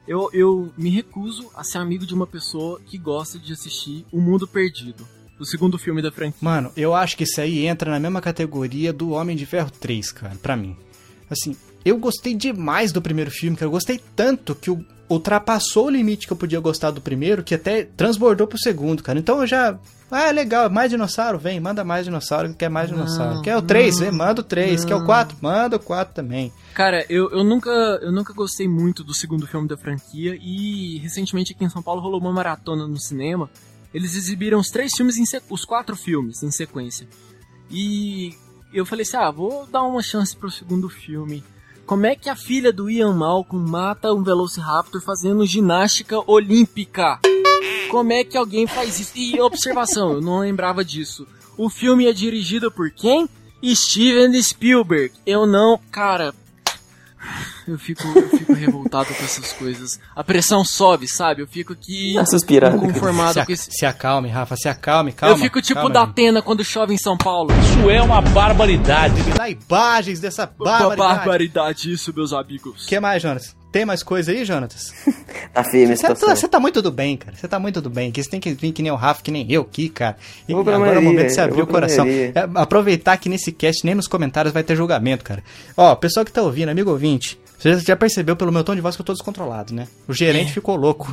Speaker 3: Eu, eu me recuso a ser amigo de uma pessoa que gosta de assistir O Mundo Perdido, o segundo filme da franquia.
Speaker 1: Mano, eu acho que isso aí entra na mesma categoria do Homem de Ferro 3, cara, pra mim. Assim, eu gostei demais do primeiro filme, cara. Eu gostei tanto que o- ultrapassou o limite que eu podia gostar do primeiro, que até transbordou pro segundo, cara. Então eu já. Ah, legal, mais dinossauro? Vem, manda mais dinossauro, quer mais dinossauro. Quer o 3? Vem, manda o 3. Quer o 4? Manda o 4 também.
Speaker 3: Cara, eu, eu, nunca, eu nunca gostei muito do segundo filme da franquia e recentemente aqui em São Paulo rolou uma maratona no cinema. Eles exibiram os três filmes, em se- os quatro filmes em sequência. E eu falei assim, ah, vou dar uma chance pro segundo filme. Como é que a filha do Ian Malcolm mata um Velociraptor fazendo ginástica olímpica? Como é que alguém faz isso? E observação, eu não lembrava disso. O filme é dirigido por quem? Steven Spielberg. Eu não, cara. Eu fico, eu fico revoltado com essas coisas. A pressão sobe, sabe? Eu fico aqui
Speaker 2: Tá suspirando.
Speaker 3: conformado
Speaker 1: Se,
Speaker 3: com
Speaker 1: ac-
Speaker 3: esse.
Speaker 1: se acalme, Rafa, se acalme, calma.
Speaker 3: eu fico tipo
Speaker 1: calma,
Speaker 3: da
Speaker 1: gente.
Speaker 3: Atena quando chove em São Paulo.
Speaker 11: Isso é uma barbaridade.
Speaker 1: Me dá imagens dessa
Speaker 3: Barbaridade.
Speaker 1: barbaridade.
Speaker 3: isso, meus amigos.
Speaker 1: O que mais, Jonas? Tem mais coisa aí, Jonas?
Speaker 2: Tá firme
Speaker 1: Você
Speaker 2: a situação.
Speaker 1: tá, você tá muito do bem, cara. Você tá muito do bem. Que você tem que vir que nem o Rafa, que nem eu aqui, cara. E
Speaker 2: Eu vou pra
Speaker 1: agora é o
Speaker 2: maioria,
Speaker 1: momento de você
Speaker 2: eu
Speaker 1: abrir
Speaker 2: vou
Speaker 1: o
Speaker 2: pra
Speaker 1: coração.
Speaker 2: maioria.
Speaker 1: É, aproveitar que nesse cast, nem nos comentários, vai ter julgamento, cara. Ó, pessoal que tá ouvindo, amigo ouvinte, você já- já percebeu pelo meu tom de voz que eu tô descontrolado, né? O gerente ficou louco.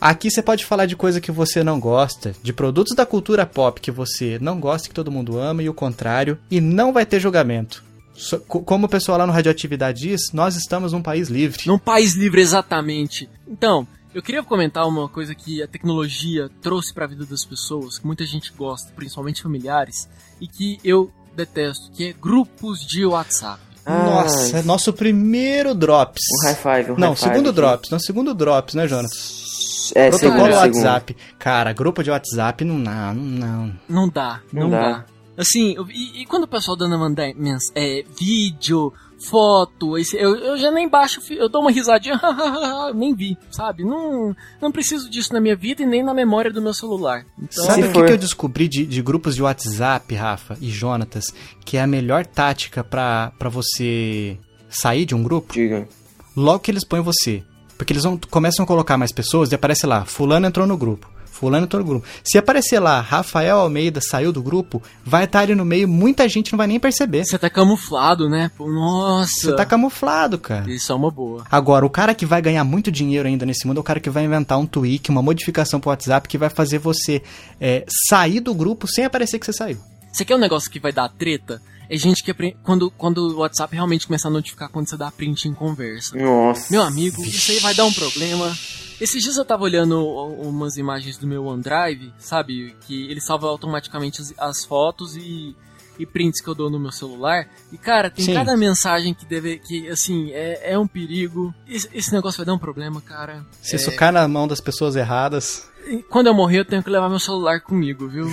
Speaker 1: Aqui você pode falar de coisa que você não gosta, de produtos da cultura pop que você não gosta, e que todo mundo ama, e o contrário, e não vai ter julgamento. So- co- como o pessoal lá no Radioatividade diz, nós estamos num país livre.
Speaker 3: Num país livre, exatamente. Então, eu queria comentar uma coisa que a tecnologia trouxe pra vida das pessoas, que muita gente gosta, principalmente familiares, e que eu detesto, que é grupos de WhatsApp.
Speaker 2: Ah,
Speaker 1: Nossa, é nosso primeiro Drops.
Speaker 2: Um high five, um
Speaker 1: não,
Speaker 2: high five
Speaker 1: segundo
Speaker 2: aqui.
Speaker 1: Drops. Não, segundo Drops, né, Jonas?
Speaker 2: É,
Speaker 1: Protocolo
Speaker 2: segundo, segundo.
Speaker 1: WhatsApp. Cara, grupo de WhatsApp não dá, não, não.
Speaker 3: Não dá, não,
Speaker 2: Não
Speaker 3: dá.
Speaker 2: dá.
Speaker 3: Assim, eu- e, e quando o pessoal dando mandar mens- é, vídeo, foto, esse- eu, eu já nem baixo, fi- eu dou uma risadinha, eu nem vi, sabe? Não, não preciso disso na minha vida e nem na memória do meu celular. Então,
Speaker 1: Sabe
Speaker 2: Se
Speaker 1: o que,
Speaker 2: for-
Speaker 1: que eu descobri de, de grupos de WhatsApp, Rafa e Jonatas, que é a melhor tática pra, pra você sair de um grupo?
Speaker 2: Diga.
Speaker 1: Logo que eles põem você. Porque eles vão, começam a colocar mais pessoas e aparece lá, fulano entrou no grupo. Fulano entrou no grupo. Se aparecer lá, Rafael Almeida saiu do grupo, vai estar ali no meio, muita gente não vai nem perceber.
Speaker 3: você tá camuflado, né? Pô, nossa,
Speaker 1: Você tá camuflado, cara.
Speaker 3: isso é uma boa.
Speaker 1: Agora, o cara que vai ganhar muito dinheiro ainda nesse mundo é o cara que vai inventar um tweak, uma modificação pro WhatsApp que vai fazer você é, sair do grupo sem aparecer que você saiu.
Speaker 3: Você quer um negócio que vai dar treta? É gente que apre- quando, quando o WhatsApp realmente começar a notificar quando você dá print em conversa.
Speaker 2: Nossa.
Speaker 3: Meu amigo, isso aí vai dar um problema. Esses dias eu tava olhando u- umas imagens do meu OneDrive, sabe? Que ele salva automaticamente as, as fotos e, e prints que eu dou no meu celular. E, cara, tem
Speaker 1: Sim.
Speaker 3: cada mensagem que deve. que, assim, é, é um perigo. Esse, esse negócio vai dar um problema, cara. É,
Speaker 1: Se isso cai na mão das pessoas erradas.
Speaker 3: E quando eu morrer, eu tenho que levar meu celular comigo, viu?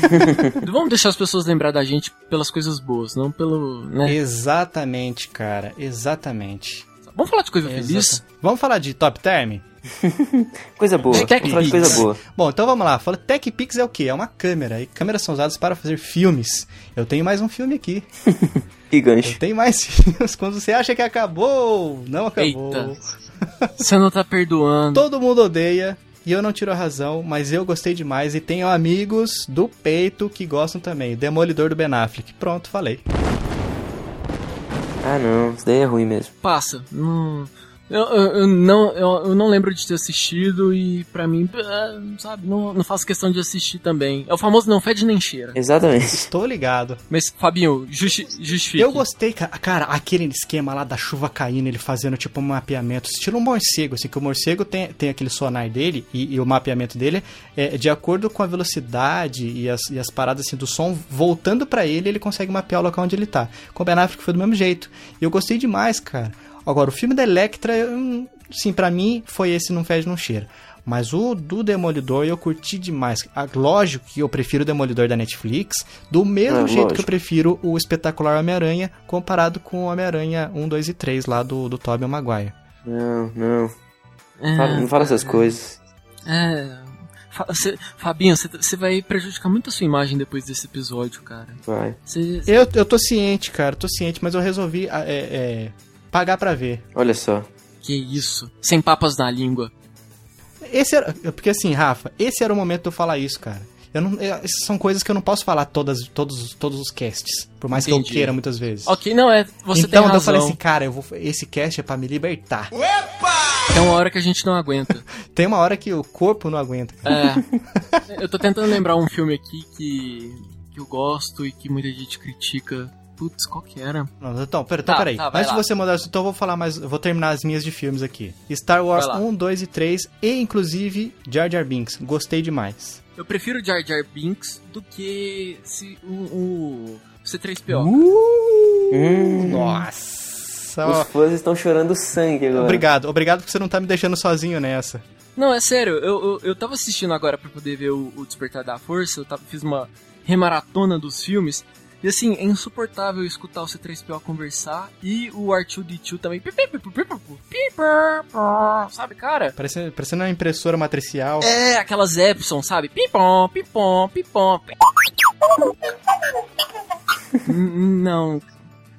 Speaker 3: Vamos deixar as pessoas lembrar da gente pelas coisas boas, não pelo.
Speaker 1: É.
Speaker 3: né?
Speaker 1: Exatamente, cara. Exatamente.
Speaker 3: Vamos falar de coisa feliz?
Speaker 1: Exata- Vamos falar de top term?
Speaker 2: coisa boa.
Speaker 1: é
Speaker 2: Vamos falar de coisa boa.
Speaker 1: Bom, então vamos lá. Fala, Tech Pix é o quê? É uma câmera. E câmeras são usadas para fazer filmes. Eu tenho mais um filme aqui.
Speaker 2: Que gancho.
Speaker 1: Tem mais filmes. Quando você acha que acabou, não acabou.
Speaker 3: Eita. Você não tá perdoando.
Speaker 1: Todo mundo odeia. E eu não tiro a razão, mas eu gostei demais e tenho amigos do peito que gostam também. Demolidor do Ben Affleck. Pronto, falei.
Speaker 2: Ah, não. Isso daí é ruim mesmo.
Speaker 3: Passa. Não- eu, eu- eu não, eu, eu não lembro de ter assistido e pra mim, eh, sabe, não, não faço questão de assistir também. É o famoso não fede nem cheira.
Speaker 2: Exatamente.
Speaker 1: Tô ligado.
Speaker 3: Mas, Fabinho, justi justifique.
Speaker 1: Eu gostei, cara. Cara, aquele esquema lá da chuva caindo, ele fazendo tipo um mapeamento, estilo um morcego, assim, que o morcego tem, tem aquele sonar dele e, e o mapeamento dele é de acordo com a velocidade e as, e as paradas assim, do som voltando pra ele, ele consegue mapear o local onde ele tá. Com o Ben Affleck foi do mesmo jeito. E eu gostei demais, cara. Agora, o filme da Electra, eu, hum, sim, pra mim foi esse Não Fede Não Cheira. Mas o do Demolidor eu curti demais. Ah, Lógico que eu prefiro o Demolidor da Netflix, do mesmo
Speaker 2: É,
Speaker 1: jeito que eu
Speaker 2: lógico.
Speaker 1: prefiro o espetacular Homem-Aranha comparado com o Homem-Aranha 1, 2 e 3 lá do, do Tobey Maguire.
Speaker 2: Não, não.
Speaker 3: É,
Speaker 2: Fala- não fala essas
Speaker 1: Ah.
Speaker 2: coisas.
Speaker 3: é, Fa- cê- Fabinho, você vai prejudicar muito a sua imagem depois desse episódio, cara.
Speaker 2: Vai.
Speaker 3: Cê-
Speaker 1: Eu, eu tô ciente, cara, tô ciente, mas eu resolvi ah, é, é, pagar pra ver.
Speaker 2: Olha só.
Speaker 3: Que isso? Sem papas na língua.
Speaker 1: Esse era, porque assim, Rafa, esse era o momento de eu falar isso, cara. Eu não, eu- essas são coisas que eu não posso falar todas, todos, todos os casts, por mais que eu
Speaker 3: Entendi.
Speaker 1: queira muitas vezes.
Speaker 3: Ok, não é. Você
Speaker 1: então
Speaker 3: tem
Speaker 1: eu
Speaker 3: razão.
Speaker 1: falei assim, cara, eu vou, esse cast é pra me libertar. assim,
Speaker 3: Tem uma hora que a gente não aguenta.
Speaker 1: Tem uma hora que o corpo não aguenta.
Speaker 3: É. Eu tô tentando lembrar um filme aqui que, que eu gosto e que muita gente critica. Putz, qual que era?
Speaker 1: Não, então, pera, então
Speaker 3: Tá,
Speaker 1: peraí.
Speaker 3: tá, vai
Speaker 1: Antes de
Speaker 3: lá.
Speaker 1: você mandar isso, então eu vou falar mais. eu Vou terminar as minhas de filmes aqui. Star Wars
Speaker 3: Vai lá.
Speaker 1: 1, 2 e 3, e inclusive Jar Jar Binks. Gostei demais.
Speaker 3: Eu prefiro Jar Jar Binks do que se, o, o C3PO.
Speaker 2: Hum,
Speaker 1: Nossa! ó.
Speaker 2: os fãs estão chorando sangue agora.
Speaker 1: Obrigado, obrigado por você não tá me deixando sozinho nessa.
Speaker 3: Não, é sério, eu, eu, eu tava assistindo agora pra poder ver o, o Despertar da Força, eu tava, fiz uma remaratona dos filmes, e assim, é insuportável escutar o C3PO conversar e o R2D2 também. pi, pi, pi, pi, pi, pi, pi, pi, pi, Sabe, cara?
Speaker 1: Parece- Parecendo uma impressora matricial.
Speaker 3: É, aquelas Epson, sabe? Pipom, pipom, pipom. pi- Hum, Não.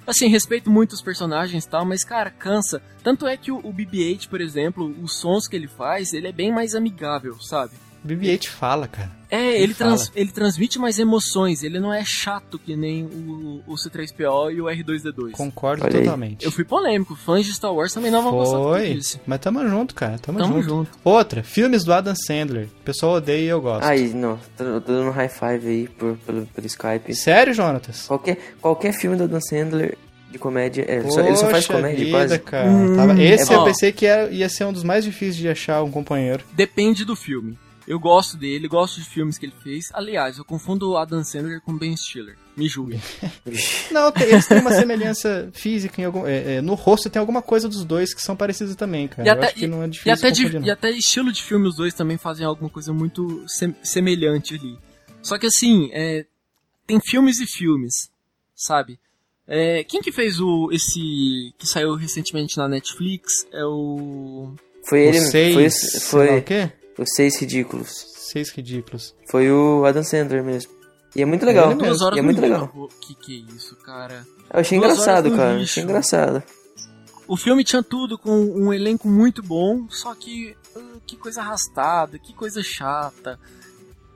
Speaker 3: Assim, respeito muito os personagens e tal, mas, cara, cansa. Tanto é que o, o BB-8, por exemplo, os sons que ele faz, ele é bem mais amigável, sabe?
Speaker 1: BB-8 fala, cara.
Speaker 3: É,
Speaker 1: Ele
Speaker 3: ele, trans-
Speaker 1: fala.
Speaker 3: ele transmite mais emoções, ele não é chato que nem o, o C3PO e o R2D2.
Speaker 1: Concordo
Speaker 2: Olha aí.
Speaker 1: totalmente.
Speaker 3: Eu fui polêmico, fãs de Star Wars também não vão gostar do que eu
Speaker 1: Foi,
Speaker 3: disse.
Speaker 1: mas tamo junto, cara. Tamo,
Speaker 3: Tamo
Speaker 1: junto.
Speaker 3: junto.
Speaker 1: Outra, filmes do Adam Sandler. O pessoal odeia e eu gosto.
Speaker 2: Aí, não. Tô, tô dando um high five aí por, pelo, pelo Skype.
Speaker 1: Sério, Jonatas?
Speaker 2: Qualquer, qualquer filme do Dan Sandler de comédia. É, só- ele só faz
Speaker 1: Poxa
Speaker 2: comédia
Speaker 1: vida,
Speaker 2: quase.
Speaker 1: cara.
Speaker 3: Hum.
Speaker 1: Tava- Esse
Speaker 2: é
Speaker 1: eu
Speaker 2: bom.
Speaker 1: pensei que era- ia ser um dos mais difíceis de achar um companheiro.
Speaker 3: Depende do filme. Eu gosto dele, gosto de filmes que ele fez. Aliás, eu confundo o Adam Sandler com Ben Stiller. Me julguem.
Speaker 1: Não, tem- eles têm uma semelhança física em algum- é, é, no rosto tem alguma coisa dos dois que são parecidas também, cara.
Speaker 3: E
Speaker 1: eu
Speaker 3: até-
Speaker 1: acho que não é
Speaker 3: E
Speaker 1: difícil
Speaker 3: até, de-
Speaker 1: confundir, não.
Speaker 3: e até estilo de filme os dois também fazem alguma coisa muito sem- semelhante ali. Só que assim, é, tem filmes e filmes, sabe? É, quem que fez o esse que saiu recentemente na Netflix é o
Speaker 2: Foi
Speaker 1: O
Speaker 2: ele.
Speaker 1: seis,
Speaker 2: foi
Speaker 1: sei
Speaker 2: esse-
Speaker 1: lá
Speaker 2: foi
Speaker 1: o quê?
Speaker 2: os Seis Ridículos.
Speaker 1: Seis ridículos.
Speaker 2: Foi o Adam Sandler mesmo. E é muito legal.
Speaker 1: ele mesmo.
Speaker 3: Duas Horas
Speaker 2: E é
Speaker 3: no
Speaker 2: muito
Speaker 3: Lixo.
Speaker 2: legal.
Speaker 3: O que que é isso, cara?
Speaker 2: Eu achei
Speaker 3: Duas
Speaker 2: engraçado,
Speaker 3: Horas no
Speaker 2: cara.
Speaker 3: Lixo.
Speaker 2: Achei engraçado.
Speaker 3: O filme tinha tudo com um elenco muito bom, só que ah, que coisa arrastada, que coisa chata.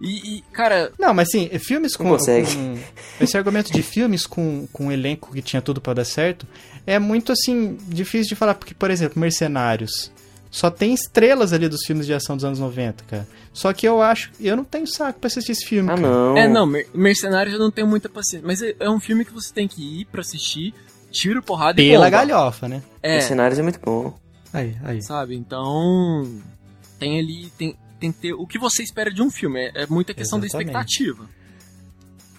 Speaker 3: E, e, cara,
Speaker 1: Não, mas sim, é, filmes com,
Speaker 2: Não consegue.
Speaker 1: com- Esse argumento de filmes com, com um elenco que tinha tudo pra dar certo é muito, assim, difícil de falar. Porque, por exemplo, Mercenários. Só tem estrelas ali dos filmes de ação dos anos 90, cara. Só que eu acho. Eu não tenho saco pra assistir esse filme,
Speaker 2: Ah,
Speaker 1: cara.
Speaker 2: não.
Speaker 3: É, não, Mer- Mercenários eu não tenho muita paciência. Mas é é um filme que você tem que ir pra assistir, tiro, porrada e
Speaker 1: Pela
Speaker 3: bomba.
Speaker 1: galhofa, né?
Speaker 3: É,
Speaker 2: Os cenários é muito bom.
Speaker 1: Aí, aí.
Speaker 3: sabe? Então, tem ali, tem, tem que ter... O que você espera de um filme, é, é muita questão da
Speaker 1: Exatamente.
Speaker 3: expectativa.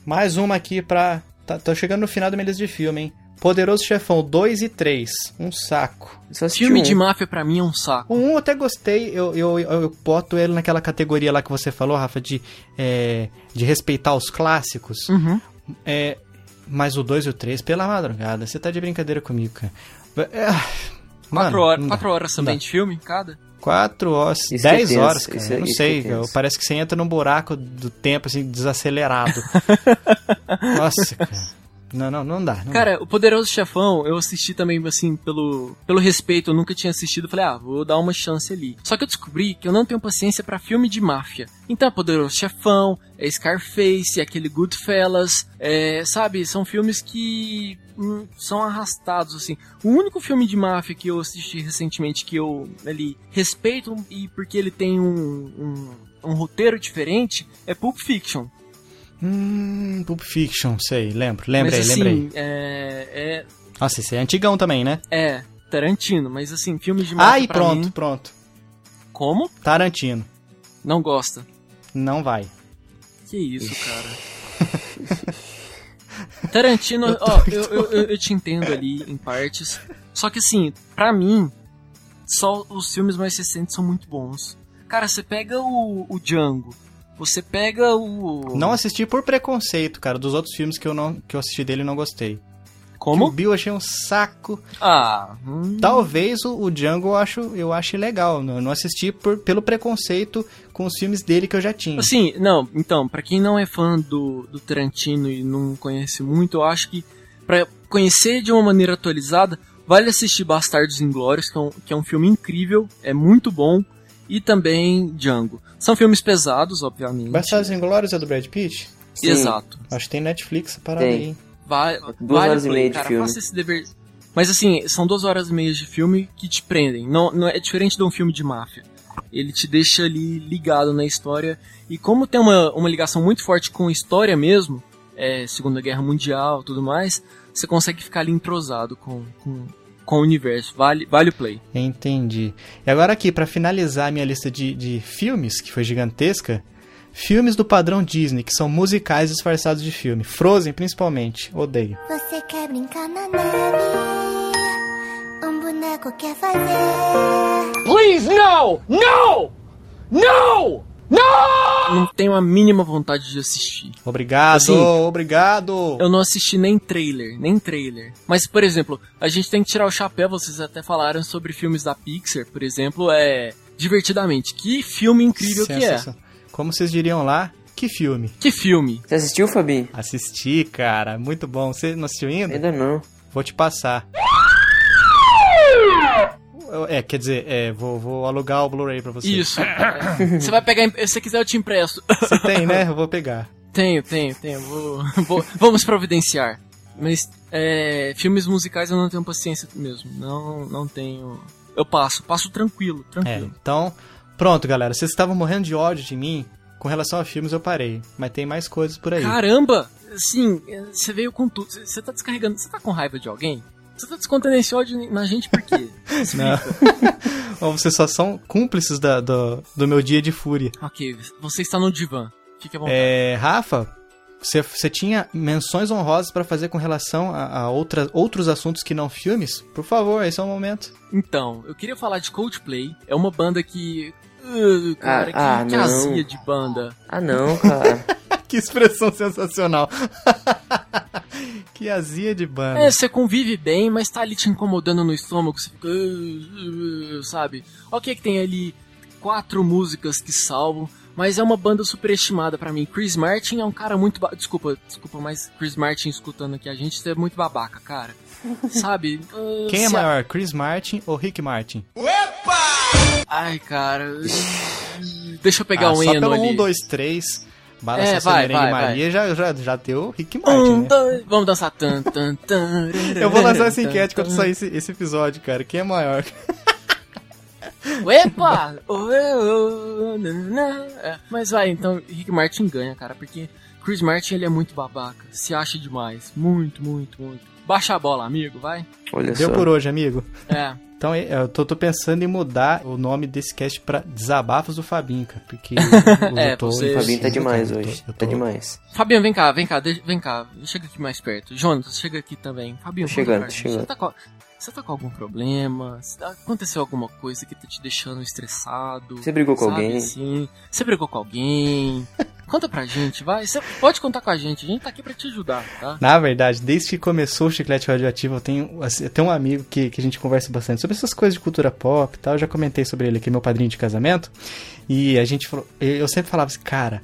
Speaker 1: Mais uma aqui pra. Tá, tô chegando no final da minha lista de filme, hein? Poderoso Chefão 2 e 3. Um saco.
Speaker 2: Eu Só assisti
Speaker 3: Filme
Speaker 2: um.
Speaker 3: de máfia pra mim é um saco.
Speaker 1: O 1 eu até gostei, eu, eu, eu eu boto ele naquela categoria lá que você falou, Rafa, de, é, de respeitar os clássicos.
Speaker 3: Uhum.
Speaker 1: É, mas o 2 e o 3, pela madrugada, você tá de brincadeira comigo, cara. É, ah, mano,
Speaker 3: Quatro, horas,
Speaker 1: não dá.
Speaker 3: quatro horas também de filme, cada?
Speaker 1: 4 horas,
Speaker 2: Isso que é
Speaker 1: 10
Speaker 2: tenso,
Speaker 1: horas, cara.
Speaker 2: isso é-
Speaker 1: não
Speaker 2: isso
Speaker 1: sei,
Speaker 2: que é
Speaker 1: cara.
Speaker 2: tenso.
Speaker 1: parece que você entra num buraco do tempo, assim, desacelerado. Nossa, cara. Não, não, não dá. Não
Speaker 3: Cara, o Poderoso Chefão, eu assisti também, assim, pelo, pelo respeito, eu nunca tinha assistido. Falei, ah, vou dar uma chance ali. Só que eu descobri que eu não tenho paciência pra filme de máfia. Então é Poderoso Chefão, é Scarface, é aquele Goodfellas, é, sabe? São filmes que hum, são arrastados, assim. O único filme de máfia que eu assisti recentemente que eu, ali, respeito e porque ele tem um, um, um roteiro diferente é Pulp Fiction.
Speaker 1: Hum, Pulp Fiction, sei, lembro, lembra aí,
Speaker 3: Mas,
Speaker 1: lembra
Speaker 3: assim,
Speaker 1: aí.
Speaker 3: é- é,
Speaker 1: Nossa, esse é antigão também, né?
Speaker 3: É, Tarantino, mas assim, filmes de máfia
Speaker 1: Ah, e
Speaker 3: pra
Speaker 1: pronto,
Speaker 3: mim,
Speaker 1: pronto.
Speaker 3: Como?
Speaker 1: Tarantino.
Speaker 3: Não gosta.
Speaker 1: Não vai.
Speaker 3: Que isso, cara. Tarantino, ó, eu, eu, eu- eu te entendo ali em partes. Só que assim, pra mim, só os filmes mais recentes são muito bons. Cara, você pega o, o Django, você pega o.
Speaker 1: Não assisti por preconceito, cara, dos outros filmes que eu, não, que eu assisti dele e não gostei.
Speaker 3: Como?
Speaker 1: Kill Bill eu achei um saco.
Speaker 3: Ah.
Speaker 1: Tá
Speaker 3: hum.
Speaker 1: Talvez o, o Django eu acho, eu acho legal. né? Eu não assisti por, pelo preconceito com os filmes dele que eu já tinha.
Speaker 3: Assim, não, então, pra quem não é fã do, do Tarantino e não conhece muito, eu acho que pra conhecer de uma maneira atualizada, vale assistir Bastardos Inglórios, que é um, que é um filme incrível, é muito bom, e também Django. São filmes pesados, obviamente.
Speaker 1: Bastardos Inglórios é do Brad Pitt?
Speaker 3: Sim. Exato.
Speaker 1: Acho que tem Netflix essa parada
Speaker 2: Tem.
Speaker 1: aí. hein?
Speaker 3: Vai,
Speaker 2: Duas
Speaker 3: vale
Speaker 2: horas e
Speaker 3: por-
Speaker 2: meia de
Speaker 3: cara,
Speaker 2: filme.
Speaker 3: Faça esse dever. Mas assim, são duas horas e meia de filme que te prendem. Não, não é diferente de um filme de máfia. Ele te deixa ali ligado na história. E como tem uma, uma ligação muito forte com a história mesmo, é, Segunda Guerra Mundial tudo mais, você consegue ficar ali entrosado com, com, com o universo. Vale, vale o play.
Speaker 1: Entendi. E agora aqui, pra finalizar a minha lista de, de filmes, que foi gigantesca, filmes do padrão Disney, que são musicais disfarçados de filme. Frozen, principalmente. Odeio.
Speaker 5: Você quer brincar na neve? Um boneco quer fazer. Please, no! No! No! No!
Speaker 3: Não tenho a mínima vontade de assistir.
Speaker 1: Obrigado,
Speaker 3: Assim,
Speaker 1: obrigado.
Speaker 3: Eu não assisti nem trailer, nem trailer. Mas, por exemplo, a gente tem que tirar o chapéu, vocês até falaram sobre filmes da Pixar, por exemplo, é. Divertidamente. Que filme incrível que é.
Speaker 1: Sensacional. Como vocês diriam lá, que filme.
Speaker 3: Que filme.
Speaker 2: Você assistiu, Fabi?
Speaker 1: Assisti, cara. Muito bom. Você não assistiu ainda?
Speaker 2: Ainda não.
Speaker 1: Vou te passar. É, quer dizer, é, vou, vou alugar o Blu-ray pra você.
Speaker 3: Isso. É. Você vai pegar. em- Se você quiser, eu te empresto.
Speaker 1: Você tem, né? Eu vou pegar.
Speaker 3: Tenho, tenho, tenho. Vou, vou- vamos providenciar. Mas é, filmes musicais eu não tenho paciência mesmo. Não, não tenho. Eu passo, passo tranquilo,
Speaker 1: É,
Speaker 3: tranquilo.
Speaker 1: então, pronto, galera. Vocês estavam morrendo de ódio de mim. Com relação a filmes, eu parei. Mas tem mais coisas por aí.
Speaker 3: Caramba! Sim, você veio com tudo. Você tá descarregando. Você tá com raiva de alguém? Você tá descontando esse ódio na gente por quê?
Speaker 1: Não. Ou vocês só são cúmplices da- do, do meu dia de fúria.
Speaker 3: ok, você está no divã. Fique à vontade.
Speaker 1: É, Rafa, você, você tinha menções honrosas pra fazer com relação a, a outra- outros assuntos que não filmes? Por favor, esse é o momento.
Speaker 3: Então, eu queria falar de Coldplay. É uma banda que. Uh, cara, que,
Speaker 2: ah,
Speaker 3: que
Speaker 2: não.
Speaker 3: azia de banda.
Speaker 2: Ah, não, cara.
Speaker 1: que expressão sensacional. que azia de banda.
Speaker 3: É, você convive bem, mas tá ali te incomodando no estômago. Você fica. "Uh, uh", sabe? Ok, que tem ali quatro músicas que salvam. Mas é uma banda superestimada pra mim. Chris Martin é um cara muito. ba- Desculpa, desculpa, mas Chris Martin escutando aqui a gente você é muito babaca, cara. Sabe? Uh,
Speaker 1: Quem é
Speaker 3: se a-
Speaker 1: maior, Chris Martin ou Rick Martin?
Speaker 3: Ai, cara. Deixa eu pegar
Speaker 1: Ah,
Speaker 3: um
Speaker 1: só
Speaker 3: eno
Speaker 1: pelo
Speaker 3: ali.
Speaker 1: 1, 2, 3, Bala
Speaker 3: É,
Speaker 1: é,
Speaker 3: vai,
Speaker 1: Sassamerengue
Speaker 3: vai,
Speaker 1: Maria, já, já, já deu Rick Martin,
Speaker 3: Um,
Speaker 1: né?
Speaker 3: dois, vamos dançar. Tan, tan, tan,
Speaker 1: Eu vou lançar essa
Speaker 3: tan,
Speaker 1: enquete quando
Speaker 3: tan.
Speaker 1: sair esse, esse episódio, cara. Quem é maior?
Speaker 3: Epa! Ué, ué, naná. É, Mas vai, então Rick Martin ganha, cara, porque Chris Martin ele é muito babaca, se acha demais, muito, muito, muito. Baixa a bola, amigo, vai.
Speaker 2: Olha
Speaker 1: Deu
Speaker 2: só.
Speaker 1: por hoje, amigo.
Speaker 3: É,
Speaker 1: Então, eu tô, tô pensando em mudar o nome desse cast pra Desabafos do Fabinho, cara, porque eu
Speaker 3: É,
Speaker 1: tô...
Speaker 3: você-
Speaker 1: eu tô-
Speaker 2: Fabinho tá demais
Speaker 1: eu tô-
Speaker 2: hoje.
Speaker 1: eu tô-
Speaker 2: Tá demais.
Speaker 3: Fabinho, vem cá, vem cá, de- vem cá, chega aqui mais perto. Jonas, chega aqui também. Fabinho,
Speaker 2: Tô
Speaker 3: conta
Speaker 2: chegando,
Speaker 3: pra
Speaker 2: tô
Speaker 3: gente,
Speaker 2: chegando.
Speaker 3: Você tá, com, você tá com algum problema? Você tá- Aconteceu alguma coisa que tá te deixando estressado?
Speaker 2: Você brigou com
Speaker 3: Sabe,
Speaker 2: alguém?
Speaker 3: assim? Você brigou com alguém? Conta pra gente, vai. Você pode contar com a gente, a gente tá aqui pra te ajudar, tá?
Speaker 1: Na verdade, desde que começou o Chiclete Radioativo, eu tenho, assim, eu tenho um amigo que, que a gente conversa bastante sobre essas coisas de cultura pop e tal. Eu já comentei sobre ele aqui, meu padrinho de casamento. E a gente falou. Eu sempre falava assim, cara.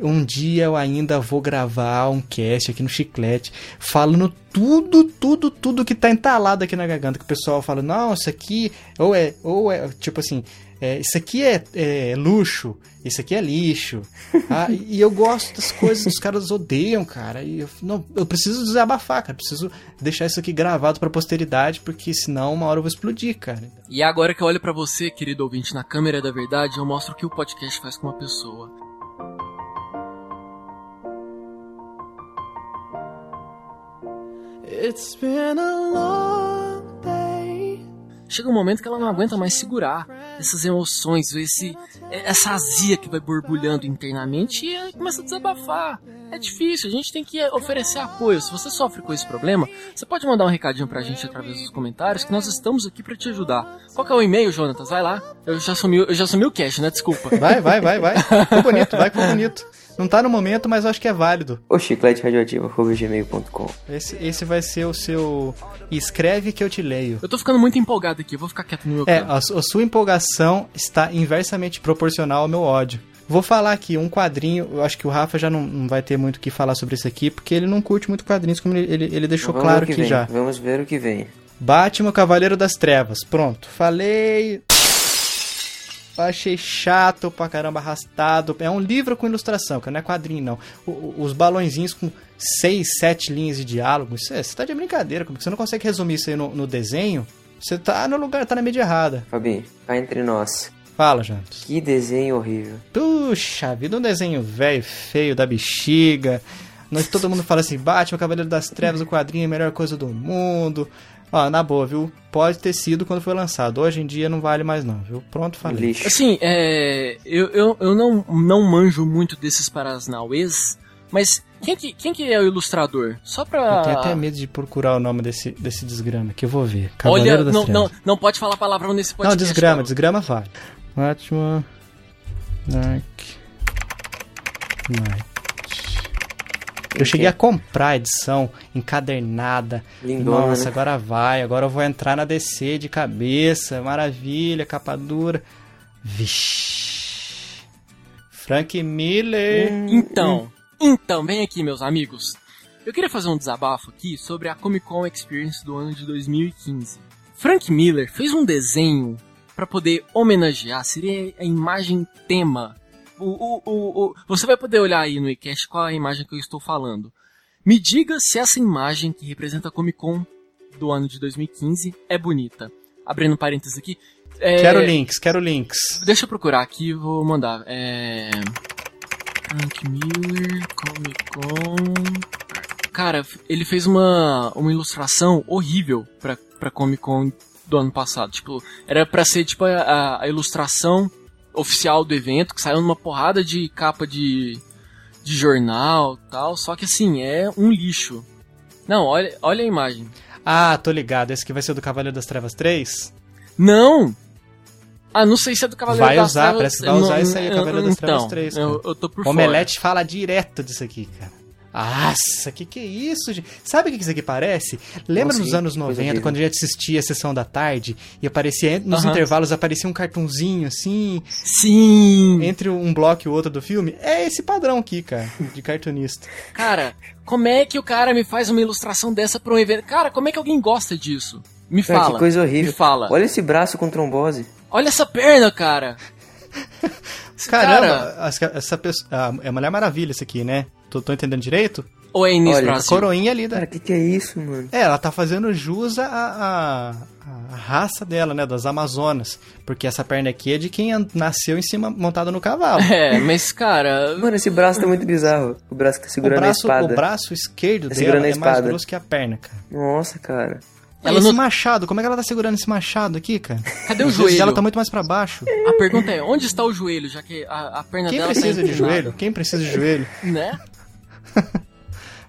Speaker 1: Um dia eu ainda vou gravar um cast aqui no Chiclete, falando tudo, tudo, tudo que tá entalado aqui na garganta. Que o pessoal fala, não, isso aqui, ou é, ou é, tipo assim, é, isso aqui é, é luxo, isso aqui é lixo. Ah, e eu gosto das coisas que os caras odeiam, cara. E eu, não, eu preciso desabafar, cara. Preciso deixar isso aqui gravado pra posteridade, porque senão uma hora eu vou explodir, cara.
Speaker 3: E agora que eu olho pra você, querido ouvinte, na câmera da verdade, eu mostro o que o podcast faz com uma pessoa.
Speaker 8: It's been a long day.
Speaker 3: Chega um momento que ela não aguenta mais segurar essas emoções, esse, é, essa azia que vai borbulhando internamente e ela começa a desabafar. É difícil, a gente tem que é, oferecer apoio. Se você sofre com esse problema, você pode mandar um recadinho pra gente através dos comentários, que nós estamos aqui pra te ajudar. Qual que é o e-mail, Jonatas? Vai lá. Eu já assumi, eu já assumi o cash, né? Desculpa.
Speaker 1: Vai, vai, vai, vai. Ficou bonito, vai, ficou bonito. Não tá no momento, mas eu acho que é válido.
Speaker 2: O chiclete radioativo.gmail.com
Speaker 1: Esse, esse vai ser o seu. Escreve que eu te leio.
Speaker 3: Eu tô ficando muito empolgado aqui, eu vou ficar quieto no meu
Speaker 1: É,
Speaker 3: canto.
Speaker 1: a, su- a sua empolgação está inversamente proporcional ao meu ódio. Vou falar aqui um quadrinho. Eu acho que o Rafa já não, não vai ter muito o que falar sobre isso aqui, porque ele não curte muito quadrinhos, como ele, ele, ele deixou
Speaker 2: Vamos ver
Speaker 1: claro
Speaker 2: o que
Speaker 1: aqui
Speaker 2: vem.
Speaker 1: já.
Speaker 2: Vamos ver o que vem.
Speaker 1: Batman Cavaleiro das Trevas. Pronto, falei. Achei chato pra caramba, arrastado. É um livro com ilustração, que não é quadrinho, não. O- o- os balõezinhos com seis, sete linhas de diálogo. Isso é, você tá de brincadeira, como que você não consegue resumir isso aí no, no desenho? Você tá no lugar, tá na mídia errada.
Speaker 2: Fabi, cá entre nós.
Speaker 1: Fala, Jantos.
Speaker 2: Que desenho horrível.
Speaker 1: Puxa vida, um desenho velho, feio, da bexiga. Nós, todo mundo fala assim, Batman, Cavaleiro das Trevas, o quadrinho é a melhor coisa do mundo. Ó, na boa, viu? Pode ter sido quando foi lançado. Hoje em dia não vale mais não, viu? Pronto, falei.
Speaker 3: Assim, é, eu, eu, eu não, não manjo muito desses Parasnauês, mas quem que, quem que é o ilustrador? Só pra.
Speaker 1: Eu tenho até medo de procurar o nome desse, desse desgrama, que eu vou ver. Cavaleiro
Speaker 3: Ah. Olha,
Speaker 1: das
Speaker 3: não,
Speaker 1: Trevas.
Speaker 3: não, não pode falar palavrão nesse
Speaker 1: Não,
Speaker 3: podcast.
Speaker 1: desgrama, desgrama vale. Batman, Dark Knight. Eu cheguei a comprar a edição encadernada.
Speaker 2: Lindona,
Speaker 1: Nossa,
Speaker 2: né?
Speaker 1: agora vai, agora eu vou entrar na DC de cabeça. Maravilha, capa dura. Vixe. Frank Miller.
Speaker 3: Então, então, vem aqui, meus amigos. Eu queria fazer um desabafo aqui sobre a Comic Con Experience do ano de 2015. Frank Miller fez um desenho para poder homenagear, seria a imagem tema. O, o- o- o- você vai poder olhar aí no iCast qual é a imagem que eu estou falando. Me diga se essa imagem que representa a Comic Con do ano de 2015 é bonita. Abrindo parênteses aqui. é-
Speaker 1: Quero links, quero links.
Speaker 3: Deixa eu procurar aqui e vou mandar. É. Frank Miller, Comic Con. Cara, f- ele fez uma, uma ilustração horrível pra, pra Comic Con do ano passado. Tipo, era pra ser tipo a- a, a ilustração oficial do evento, que saiu numa porrada de capa de, de jornal tal. Só que assim, é um lixo. Não, olha, olha a imagem.
Speaker 1: Ah, tô ligado. Esse aqui vai ser do Cavaleiro das Trevas 3?
Speaker 3: Não! Ah, não sei se é do Cavaleiro
Speaker 1: vai
Speaker 3: das
Speaker 1: usar,
Speaker 3: Trevas.
Speaker 1: parece que vai usar
Speaker 3: Não,
Speaker 1: isso aí, o Cavaleiro das Trevas
Speaker 3: então,
Speaker 1: 3.
Speaker 3: Eu,
Speaker 1: cara.
Speaker 3: eu tô por
Speaker 1: o
Speaker 3: fora.
Speaker 1: Omelete fala direto disso aqui, cara. Nossa, que que é isso, gente? Sabe o que isso aqui parece? Lembra
Speaker 2: Nossa,
Speaker 1: nos
Speaker 2: que
Speaker 1: anos
Speaker 2: coisa
Speaker 1: 90,
Speaker 2: horrível.
Speaker 1: quando a gente assistia a sessão da tarde e aparecia, nos
Speaker 3: Aham.
Speaker 1: intervalos aparecia um cartunzinho assim,
Speaker 3: Sim!
Speaker 1: entre um bloco e o outro do filme? É esse padrão aqui, cara, de cartunista.
Speaker 3: Cara, como é que o cara me faz uma ilustração dessa pra um evento? Cara, como é que alguém gosta disso? Me
Speaker 2: Cara,
Speaker 3: fala.
Speaker 2: que coisa
Speaker 3: Me
Speaker 2: horrível.
Speaker 3: fala. Olha,
Speaker 2: Olha esse braço com trombose.
Speaker 3: essa perna, cara.
Speaker 1: Caramba,
Speaker 3: Cara,
Speaker 1: as- essa pessoa, ah, é Mulher Maravilha isso aqui, né? Tô, tô entendendo direito?
Speaker 3: ou é Inês
Speaker 2: Olha,
Speaker 1: A
Speaker 3: Brasil?
Speaker 1: coroinha ali da,
Speaker 2: Cara, o que, que é isso, mano?
Speaker 1: É, ela tá fazendo jus à, à- à raça dela, né? Das Amazonas. Porque essa perna aqui é de quem an- nasceu em cima, montada no cavalo.
Speaker 3: É, mas cara.
Speaker 2: Mano, esse braço tá muito bizarro. O braço que tá
Speaker 1: O
Speaker 2: segurando
Speaker 1: braço,
Speaker 2: a espada.
Speaker 1: o braço esquerdo
Speaker 2: Tá segurando
Speaker 1: dela
Speaker 2: a
Speaker 1: é mais
Speaker 2: espada.
Speaker 1: grosso que a perna, cara.
Speaker 2: Nossa, cara.
Speaker 3: Ela
Speaker 1: esse
Speaker 3: não-
Speaker 1: machado, como é que ela tá segurando esse machado aqui, cara?
Speaker 3: Cadê o
Speaker 1: Às vezes
Speaker 3: joelho?
Speaker 1: Ela tá muito mais pra baixo.
Speaker 3: A pergunta é: onde está o joelho? Já que a, a perna
Speaker 1: Quem
Speaker 3: dela
Speaker 1: precisa
Speaker 3: tá
Speaker 1: de joelho? Quem precisa de joelho?
Speaker 3: Né?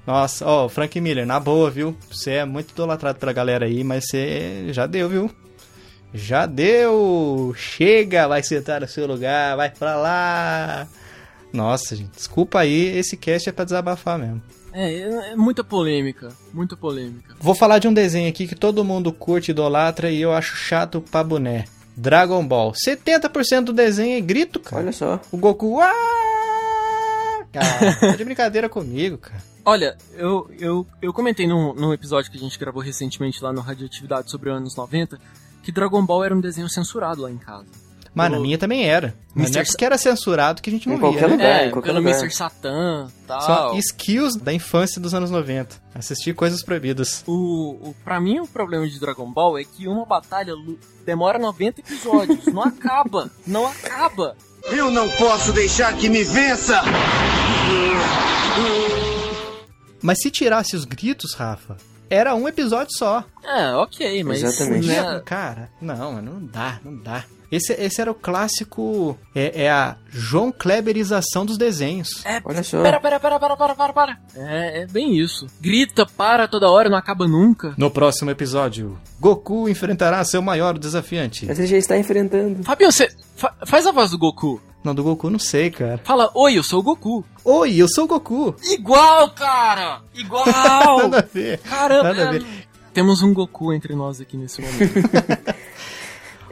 Speaker 1: Nossa, ó, Frank Miller, na boa, viu? Você é muito idolatrado pela galera aí, mas você já deu, viu? Já deu! Chega, vai sentar no seu lugar, vai pra lá! Nossa, gente, desculpa aí, esse cast é pra desabafar mesmo.
Speaker 3: É, é muita polêmica, muita polêmica.
Speaker 1: Vou falar de um desenho aqui que todo mundo curte, idolatra e eu acho chato pra boné. Dragon Ball. 70% do desenho é grito, cara.
Speaker 2: Olha só.
Speaker 1: O Goku. "Ah!" Cara, tá de brincadeira comigo, cara.
Speaker 3: Olha, eu, eu, eu comentei num, num episódio que a gente gravou recentemente lá no Radioatividade sobre anos 90 que Dragon Ball era um desenho censurado lá em casa.
Speaker 1: Mas na minha também era. Mas não é
Speaker 3: Mr.
Speaker 1: porque era censurado que a gente não
Speaker 2: Em
Speaker 1: via. né?
Speaker 2: qualquer lugar, É, em qualquer
Speaker 3: É, pelo
Speaker 2: lugar.
Speaker 3: Mr. Satan e tal.
Speaker 1: Só skills da infância dos anos 90. Assistir coisas proibidas.
Speaker 3: O, o, pra mim, o problema de Dragon Ball é que uma batalha lu- demora 90 episódios. não acaba. Não acaba.
Speaker 12: Eu não posso deixar que me vença!
Speaker 1: Mas se tirasse os gritos, Rafa, era um episódio só.
Speaker 3: É, ok, mas.
Speaker 2: Exatamente.
Speaker 3: né,
Speaker 1: Cara, não, mano, não dá, não dá. Esse, esse era o clássico. É, é a João Kleberização dos desenhos.
Speaker 3: É,
Speaker 2: Olha só.
Speaker 3: Pera, pera, pera, pera, pera, pera, pera. É, é bem isso. Grita, para toda hora, não acaba nunca.
Speaker 1: No próximo episódio, Goku enfrentará seu maior desafiante.
Speaker 2: Mas ele já está tá enfrentando.
Speaker 3: Fabinho, você. fa- faz a voz do Goku.
Speaker 1: Não, do Goku não sei, cara.
Speaker 3: Fala, oi, eu sou o Goku.
Speaker 1: Oi, eu sou o Goku.
Speaker 3: Igual, cara! Igual!
Speaker 1: Nada a ver.
Speaker 3: Caramba!
Speaker 1: Nada a ver.
Speaker 3: Temos um Goku entre nós aqui nesse momento.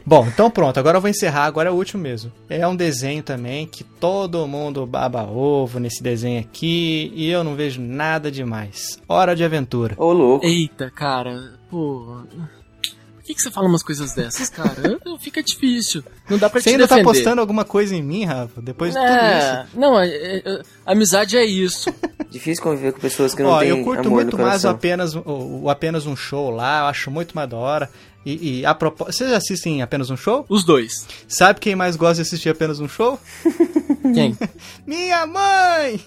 Speaker 1: Bom, então pronto, agora eu vou encerrar, agora é o último mesmo. É um desenho também que todo mundo baba ovo nesse desenho aqui e eu não vejo nada demais. Hora de aventura.
Speaker 2: Ô, louco.
Speaker 3: Eita, cara, pô. Por que, que você fala umas coisas dessas, cara? Eu- Fica difícil. Não dá pra
Speaker 1: Você
Speaker 3: te
Speaker 1: ainda
Speaker 3: defender.
Speaker 1: tá postando alguma coisa em mim, Rafa? Depois de tudo
Speaker 3: É, não, é- é- é- amizade é isso.
Speaker 2: Difícil conviver com pessoas que
Speaker 1: isso.
Speaker 2: não
Speaker 1: Ó,
Speaker 2: têm
Speaker 1: eu curto
Speaker 2: amor
Speaker 1: muito
Speaker 2: no
Speaker 1: mais o
Speaker 2: coração.
Speaker 1: apenas, o, o apenas um show lá, eu acho muito mais da hora. E, e a propósito, vocês assistem apenas um show?
Speaker 3: Os dois.
Speaker 1: Sabe quem mais gosta de assistir apenas um show?
Speaker 3: Quem?
Speaker 1: Minha mãe!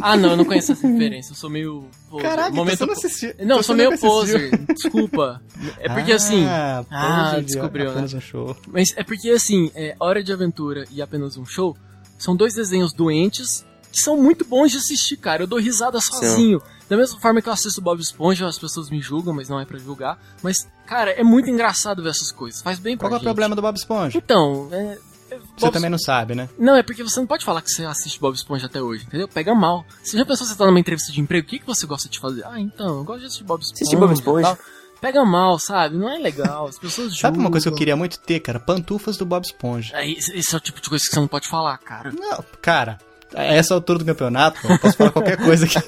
Speaker 3: Ah, não, eu não conheço essa referência. Eu sou meio. poser.
Speaker 1: Caraca, então
Speaker 3: Momento
Speaker 1: você não
Speaker 3: po-
Speaker 1: assistiu.
Speaker 3: Não, eu
Speaker 1: você
Speaker 3: sou meio
Speaker 1: nunca assistiu.
Speaker 3: poser. Desculpa. É porque
Speaker 1: ah,
Speaker 3: assim.
Speaker 1: poser
Speaker 3: Ah,
Speaker 1: de
Speaker 3: descobriu, né?
Speaker 1: apenas um show.
Speaker 3: Mas é porque assim, é, Hora de Aventura e apenas um show são dois desenhos doentes que são muito bons de assistir, cara. Eu dou risada sozinho. Da mesma forma que eu assisto Bob Esponja, as pessoas me julgam, mas não é pra julgar. Mas, cara, é muito engraçado ver essas coisas. Faz bem pra
Speaker 1: Qual que é o
Speaker 3: gente.
Speaker 1: problema do Bob Esponja?
Speaker 3: Então, é. é,
Speaker 1: Você
Speaker 3: Bob
Speaker 1: também não sabe, né?
Speaker 3: Não, é porque você não pode falar que você assiste Bob Esponja até hoje, entendeu? Pega mal. Você já pensou que você tá numa entrevista de emprego, o que, que você gosta de fazer? Ah, então, eu gosto de assistir Bob Esponja.
Speaker 2: Assistir Bob Esponja.
Speaker 3: e tal. Pega mal, sabe? Não é legal. As pessoas
Speaker 1: Sabe uma coisa que eu
Speaker 3: julgam.
Speaker 1: queria muito ter, cara? Pantufas do Bob Esponja.
Speaker 3: É, esse esse é o tipo de coisa que você não pode falar, cara.
Speaker 1: Não, cara, a essa altura do campeonato, eu posso falar qualquer coisa aqui.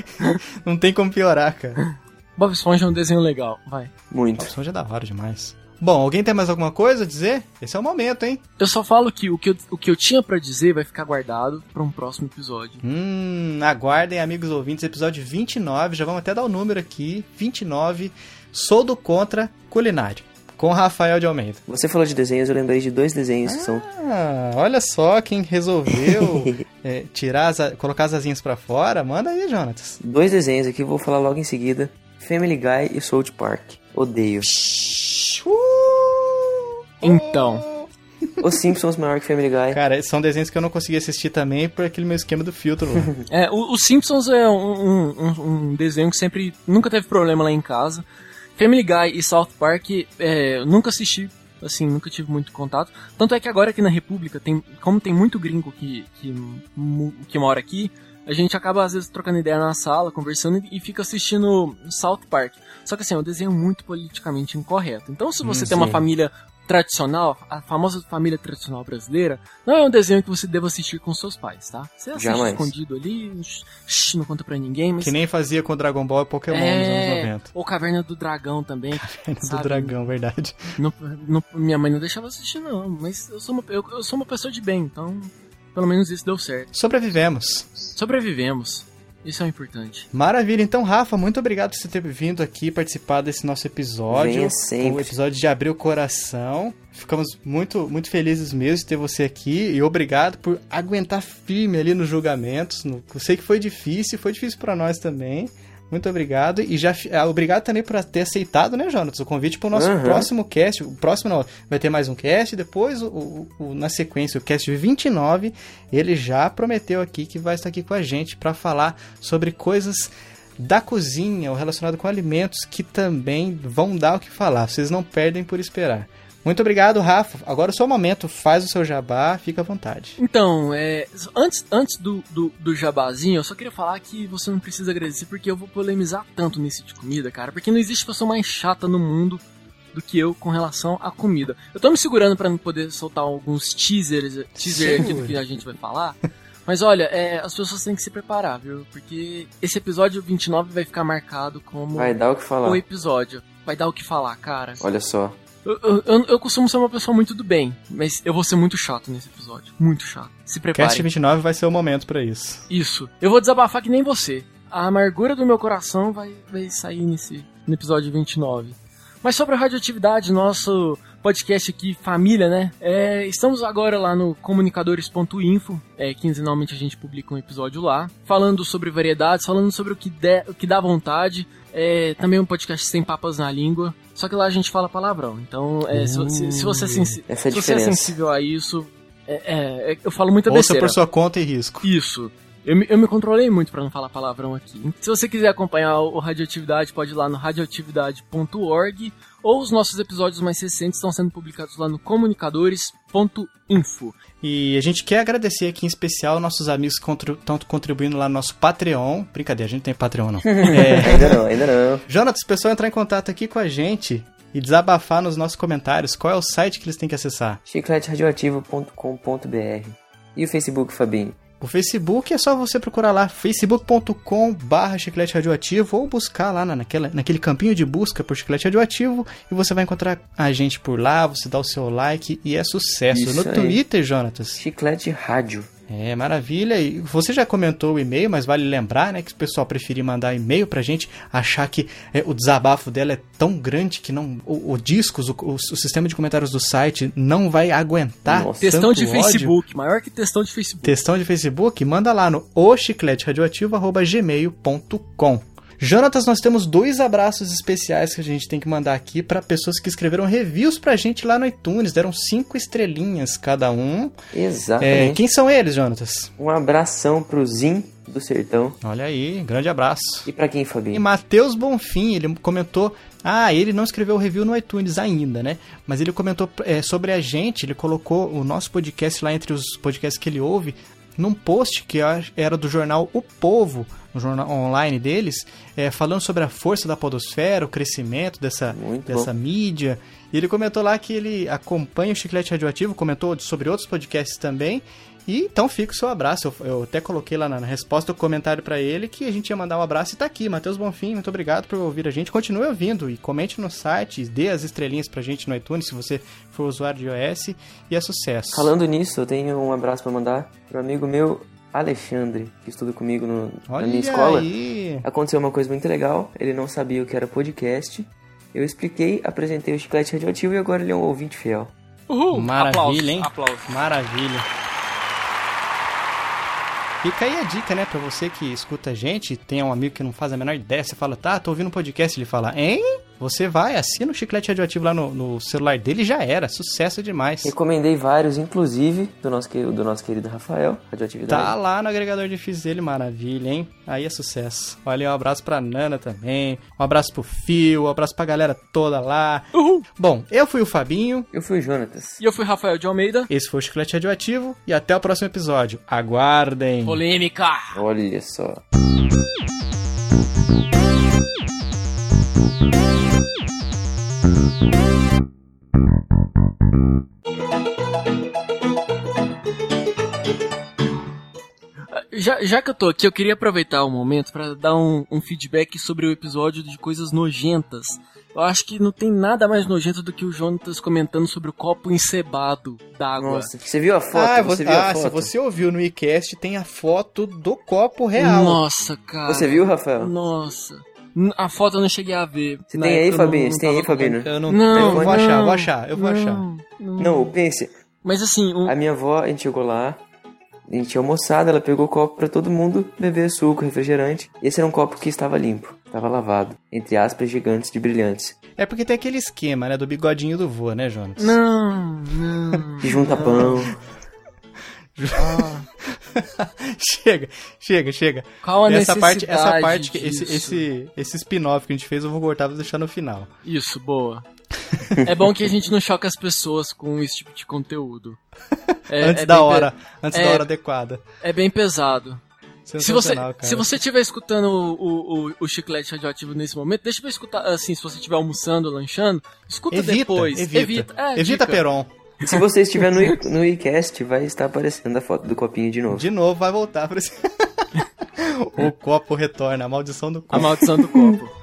Speaker 1: não tem como piorar, cara.
Speaker 3: Bob Esponja é um desenho legal, vai.
Speaker 1: Bob
Speaker 2: Muito.
Speaker 1: Esponja é da hora demais. Bom, alguém tem mais alguma coisa a dizer? Esse é o momento, hein?
Speaker 3: Eu só falo que o que eu, o que eu tinha pra dizer vai ficar guardado pra um próximo episódio.
Speaker 1: Hum, aguardem, amigos ouvintes, episódio 29, já vamos até dar o número aqui, 29, Sou do Contra Culinário, com Rafael de Almeida.
Speaker 2: Você falou de desenhos, eu lembrei de dois desenhos que são.
Speaker 1: Ah, olha só quem resolveu é, tirar as, a- colocar as asinhas pra fora. Manda aí, Jonatas.
Speaker 2: Dois desenhos aqui, vou falar logo em seguida: Family Guy e South Park. Odeio.
Speaker 1: Uh!
Speaker 3: Então,
Speaker 2: Os Simpsons maior que Family Guy.
Speaker 1: Cara, são desenhos que eu não consegui assistir também por aquele meu esquema do filtro. lá.
Speaker 3: é, o, o Simpsons é um, um- um- um desenho que sempre nunca teve problema lá em casa. Family Guy e South Park, é, eu nunca assisti, assim, nunca tive muito contato. Tanto é que agora aqui na República, tem, como tem muito gringo que, que, mu- que mora aqui, a gente acaba às vezes trocando ideia na sala, conversando e fica assistindo South Park. Só que assim, é um desenho muito politicamente incorreto. Então, se você tem uma
Speaker 2: sim.
Speaker 3: família tradicional, a famosa família tradicional brasileira, não é um desenho que você deva assistir com seus pais, tá? Você assiste
Speaker 2: Jamais.
Speaker 3: escondido ali, shh, não conta pra ninguém, mas
Speaker 1: que nem fazia com Dragon Ball e Pokémon nos anos 90.
Speaker 3: ou Caverna do Dragão também.
Speaker 1: Do
Speaker 3: É, sabe?
Speaker 1: dragão, verdade.
Speaker 3: No- no- minha mãe não deixava assistir, não. Mas eu sou, uma, eu, eu sou uma pessoa de bem, então pelo menos isso deu certo.
Speaker 1: Sobrevivemos.
Speaker 3: Sobrevivemos. Isso é o importante.
Speaker 1: Maravilha. Então, Rafa, muito obrigado por você ter vindo aqui participar desse nosso episódio.
Speaker 2: Venha sempre.
Speaker 1: O episódio de abrir o coração. Ficamos muito, muito felizes mesmo de ter você aqui e obrigado por aguentar firme ali nos julgamentos. No- Eu sei que foi difícil, foi difícil pra nós também. Muito obrigado e já fi- ah, obrigado também por ter aceitado, né, Jonas, o convite para o nosso
Speaker 2: Aham.
Speaker 1: próximo cast. O próximo não, vai ter mais um cast depois o, o- o- na sequência o cast 29. Ele já prometeu aqui que vai estar aqui com a gente para falar sobre coisas da cozinha ou relacionado com alimentos que também vão dar o que falar. Vocês não perdem por esperar. Muito obrigado, Rafa. Agora é o seu momento, faz o seu jabá, fica à vontade.
Speaker 3: Então, é, antes, antes do, do, do jabazinho, eu só queria falar que você não precisa agradecer porque eu vou polemizar tanto nesse de comida, cara. Porque não existe pessoa mais chata no mundo do que eu com relação à comida. Eu tô me segurando para não poder soltar alguns teasers, teaser aqui do que a gente vai falar. Mas olha, é, as pessoas têm que se preparar, viu? Porque esse episódio 29 vai ficar marcado como
Speaker 2: Vai dar o que falar.
Speaker 3: o episódio. Vai dar o que falar, cara.
Speaker 2: Olha só.
Speaker 3: Eu, eu- eu- eu costumo ser uma pessoa muito do bem, mas eu vou ser muito chato nesse episódio. Muito chato. Se prepare.
Speaker 1: Cast 29 vai ser o momento pra isso.
Speaker 3: Isso. Eu vou desabafar que nem você. A amargura do meu coração vai, vai sair nesse, no episódio 29. Mas sobre a radioatividade, nosso podcast aqui, família, né? É, estamos agora lá no comunicadores.info. É, quinzenalmente a gente publica um episódio lá. Falando sobre variedades, falando sobre o que, der, o que dá vontade. É, também um podcast sem papas na língua. Só que lá a gente fala palavrão. Então, é, se, se- se você é sensi-
Speaker 2: Essa é a
Speaker 3: se você é
Speaker 2: diferença.
Speaker 3: sensível a isso, é, é, é- eu falo muita
Speaker 1: Ouça
Speaker 3: besteira.
Speaker 1: por sua conta e risco.
Speaker 3: Isso. Eu me, eu me controlei muito pra não falar palavrão aqui. Se você quiser acompanhar o Radioatividade, pode ir lá no radioatividade.org ou os nossos episódios mais recentes estão sendo publicados lá no comunicadores.info.
Speaker 1: E a gente quer agradecer aqui em especial nossos amigos que contri- estão contribuindo lá no nosso Patreon. Brincadeira, a gente não tem Patreon não. É,
Speaker 2: Ainda não, ainda não.
Speaker 1: Jonathan, se o pessoal entrar em contato aqui com a gente e desabafar nos nossos comentários, qual é o site que eles têm que acessar?
Speaker 2: chicleteradioativo.com.br E o Facebook, Fabinho?
Speaker 1: O Facebook é só você procurar lá facebook.com barra chiclete radioativo ou buscar lá na- naquela, naquele campinho de busca por chiclete radioativo e você vai encontrar a gente por lá, você dá o seu like e é sucesso.
Speaker 2: Isso
Speaker 1: no
Speaker 2: aí.
Speaker 1: Twitter, Jonatas.
Speaker 2: Chiclete Rádio.
Speaker 1: É, maravilha. E você já comentou o e-mail, mas vale lembrar, né, que o pessoal preferir mandar e-mail pra gente, achar que é, o desabafo dela é tão grande que não o, o discos, o, o- o sistema de comentários do site não vai aguentar.
Speaker 2: Nossa.
Speaker 3: Textão
Speaker 1: tanto
Speaker 3: de
Speaker 1: ódio.
Speaker 3: Facebook, maior que textão de Facebook.
Speaker 1: Textão de Facebook, manda lá no ochicleteradioativo.gmail.com. Jonatas, nós temos dois abraços especiais que a gente tem que mandar aqui para pessoas que escreveram reviews pra gente lá no iTunes. Deram cinco estrelinhas cada um. É,
Speaker 2: Exatamente.
Speaker 1: quem são eles, Jonatas?
Speaker 2: Um abração pro Zin do Sertão.
Speaker 1: Olha aí, grande abraço.
Speaker 2: E pra quem,
Speaker 1: E
Speaker 2: Fabinho?
Speaker 1: Matheus Bonfim, ele comentou. Ah, ele não escreveu review no iTunes ainda, né? Mas ele comentou é, sobre a gente, ele colocou o nosso podcast lá entre os podcasts que ele ouve, num post que eu acho- era do jornal O Povo, no jornal online deles, é, falando sobre a força da podosfera, o crescimento dessa,
Speaker 2: Muito
Speaker 1: dessa mídia. E ele comentou lá que ele acompanha o Chiclete Radioativo, comentou sobre outros podcasts também. E então fica o seu abraço. Eu, eu até coloquei lá na, na resposta o comentário pra ele que a gente ia mandar um abraço e tá aqui. Matheus Bonfim, muito obrigado por ouvir a gente. Continue ouvindo e comente no site, dê as estrelinhas pra gente no iTunes se você for usuário de iOS. E é sucesso.
Speaker 2: Falando nisso, eu tenho um abraço pra mandar pro amigo meu, Alexandre, que estuda comigo no- na
Speaker 1: Olha
Speaker 2: minha escola.
Speaker 1: aí.
Speaker 2: Aconteceu uma coisa muito legal, ele não sabia o que era podcast. Eu expliquei, apresentei o Chiclete Radioativo e agora ele é um ouvinte fiel.
Speaker 3: Uhul! Uh,
Speaker 1: Maravilha,
Speaker 3: aplausos,
Speaker 1: hein?
Speaker 3: Aplausos.
Speaker 1: Maravilha. Fica aí a dica, né? Pra você que escuta a gente, tem um amigo que não faz a menor ideia, você fala, tá, tô ouvindo um podcast, ele fala, hein? Você vai, assina o chiclete radioativo lá no, no celular dele e já era. Sucesso demais.
Speaker 2: Recomendei vários, inclusive, do nosso, que- do nosso querido Rafael, Radioatividade.
Speaker 1: Tá lá no agregador de feeds dele, maravilha, hein? Aí é sucesso. Olha, um abraço pra Nana também, um abraço pro Fio, um abraço pra galera toda lá.
Speaker 3: Uhul!
Speaker 1: Bom, eu fui o Fabinho,
Speaker 2: Eu fui o Jonatas.
Speaker 3: E eu fui Rafael de Almeida.
Speaker 1: esse foi o Chiclete Radioativo e até o próximo episódio. Aguardem!
Speaker 3: Polêmica!
Speaker 2: Olha só.
Speaker 3: Já, já que eu tô aqui, eu queria aproveitar o momento pra dar um, um feedback sobre o episódio de coisas nojentas. Eu acho que não tem nada mais nojento do que o Jonatas comentando sobre o copo encebado d'água.
Speaker 2: Nossa, você viu a foto?
Speaker 1: ah,
Speaker 2: você
Speaker 1: você,
Speaker 3: tá,
Speaker 2: viu a
Speaker 1: ah, se
Speaker 2: foto?
Speaker 1: você ouviu no iCast, tem a foto do copo real.
Speaker 3: Nossa, cara.
Speaker 2: Você viu, Rafael?
Speaker 3: Nossa. N- A foto eu não cheguei a ver.
Speaker 2: Você
Speaker 3: Na
Speaker 2: tem aí,
Speaker 3: época eu não-
Speaker 2: Fabinho?
Speaker 3: não
Speaker 2: Você tem aí,
Speaker 3: tava-
Speaker 2: Fabinho?
Speaker 1: Eu não,
Speaker 3: Não,
Speaker 1: eu vou
Speaker 3: não,
Speaker 1: achar, vou achar, eu vou
Speaker 3: não,
Speaker 1: achar.
Speaker 3: não.
Speaker 2: Não, pense.
Speaker 3: Mas assim, um-
Speaker 2: A minha avó, a gente chegou lá, a gente tinha almoçado, ela pegou o copo pra todo mundo beber suco, refrigerante. Esse era um copo que estava limpo, estava lavado, entre aspas gigantes de brilhantes,
Speaker 1: É porque tem aquele esquema, né, do bigodinho do vô, né, Jonas?
Speaker 3: não, não.
Speaker 2: que junta pão.
Speaker 1: chega, chega, chega.
Speaker 3: Qual a
Speaker 1: essa
Speaker 3: necessidade
Speaker 1: parte, essa parte, que- esse,
Speaker 3: disso?
Speaker 1: esse, esse spin-off que a gente fez, eu vou cortar, vou deixar no final.
Speaker 3: Isso, boa. É bom que a gente não choca as pessoas com esse tipo de conteúdo. É-
Speaker 1: antes
Speaker 3: é
Speaker 1: da
Speaker 3: bem
Speaker 1: hora,
Speaker 3: pe-
Speaker 1: antes
Speaker 3: é-
Speaker 1: da hora adequada.
Speaker 3: É bem pesado. Se você,
Speaker 1: um Sensacional, cara.
Speaker 3: se você estiver escutando o, o, o chiclete radioativo nesse momento, deixa pra escutar, assim, se você estiver almoçando, lanchando, escuta
Speaker 1: Evita,
Speaker 3: depois.
Speaker 1: evita.
Speaker 3: é,
Speaker 1: Evita
Speaker 3: dica.
Speaker 1: Peron.
Speaker 2: Se você estiver no, i- no iCast, vai estar aparecendo a foto do copinho de novo.
Speaker 1: De novo vai voltar pra esse... o copo retorna, a maldição do copo.
Speaker 3: A maldição do copo.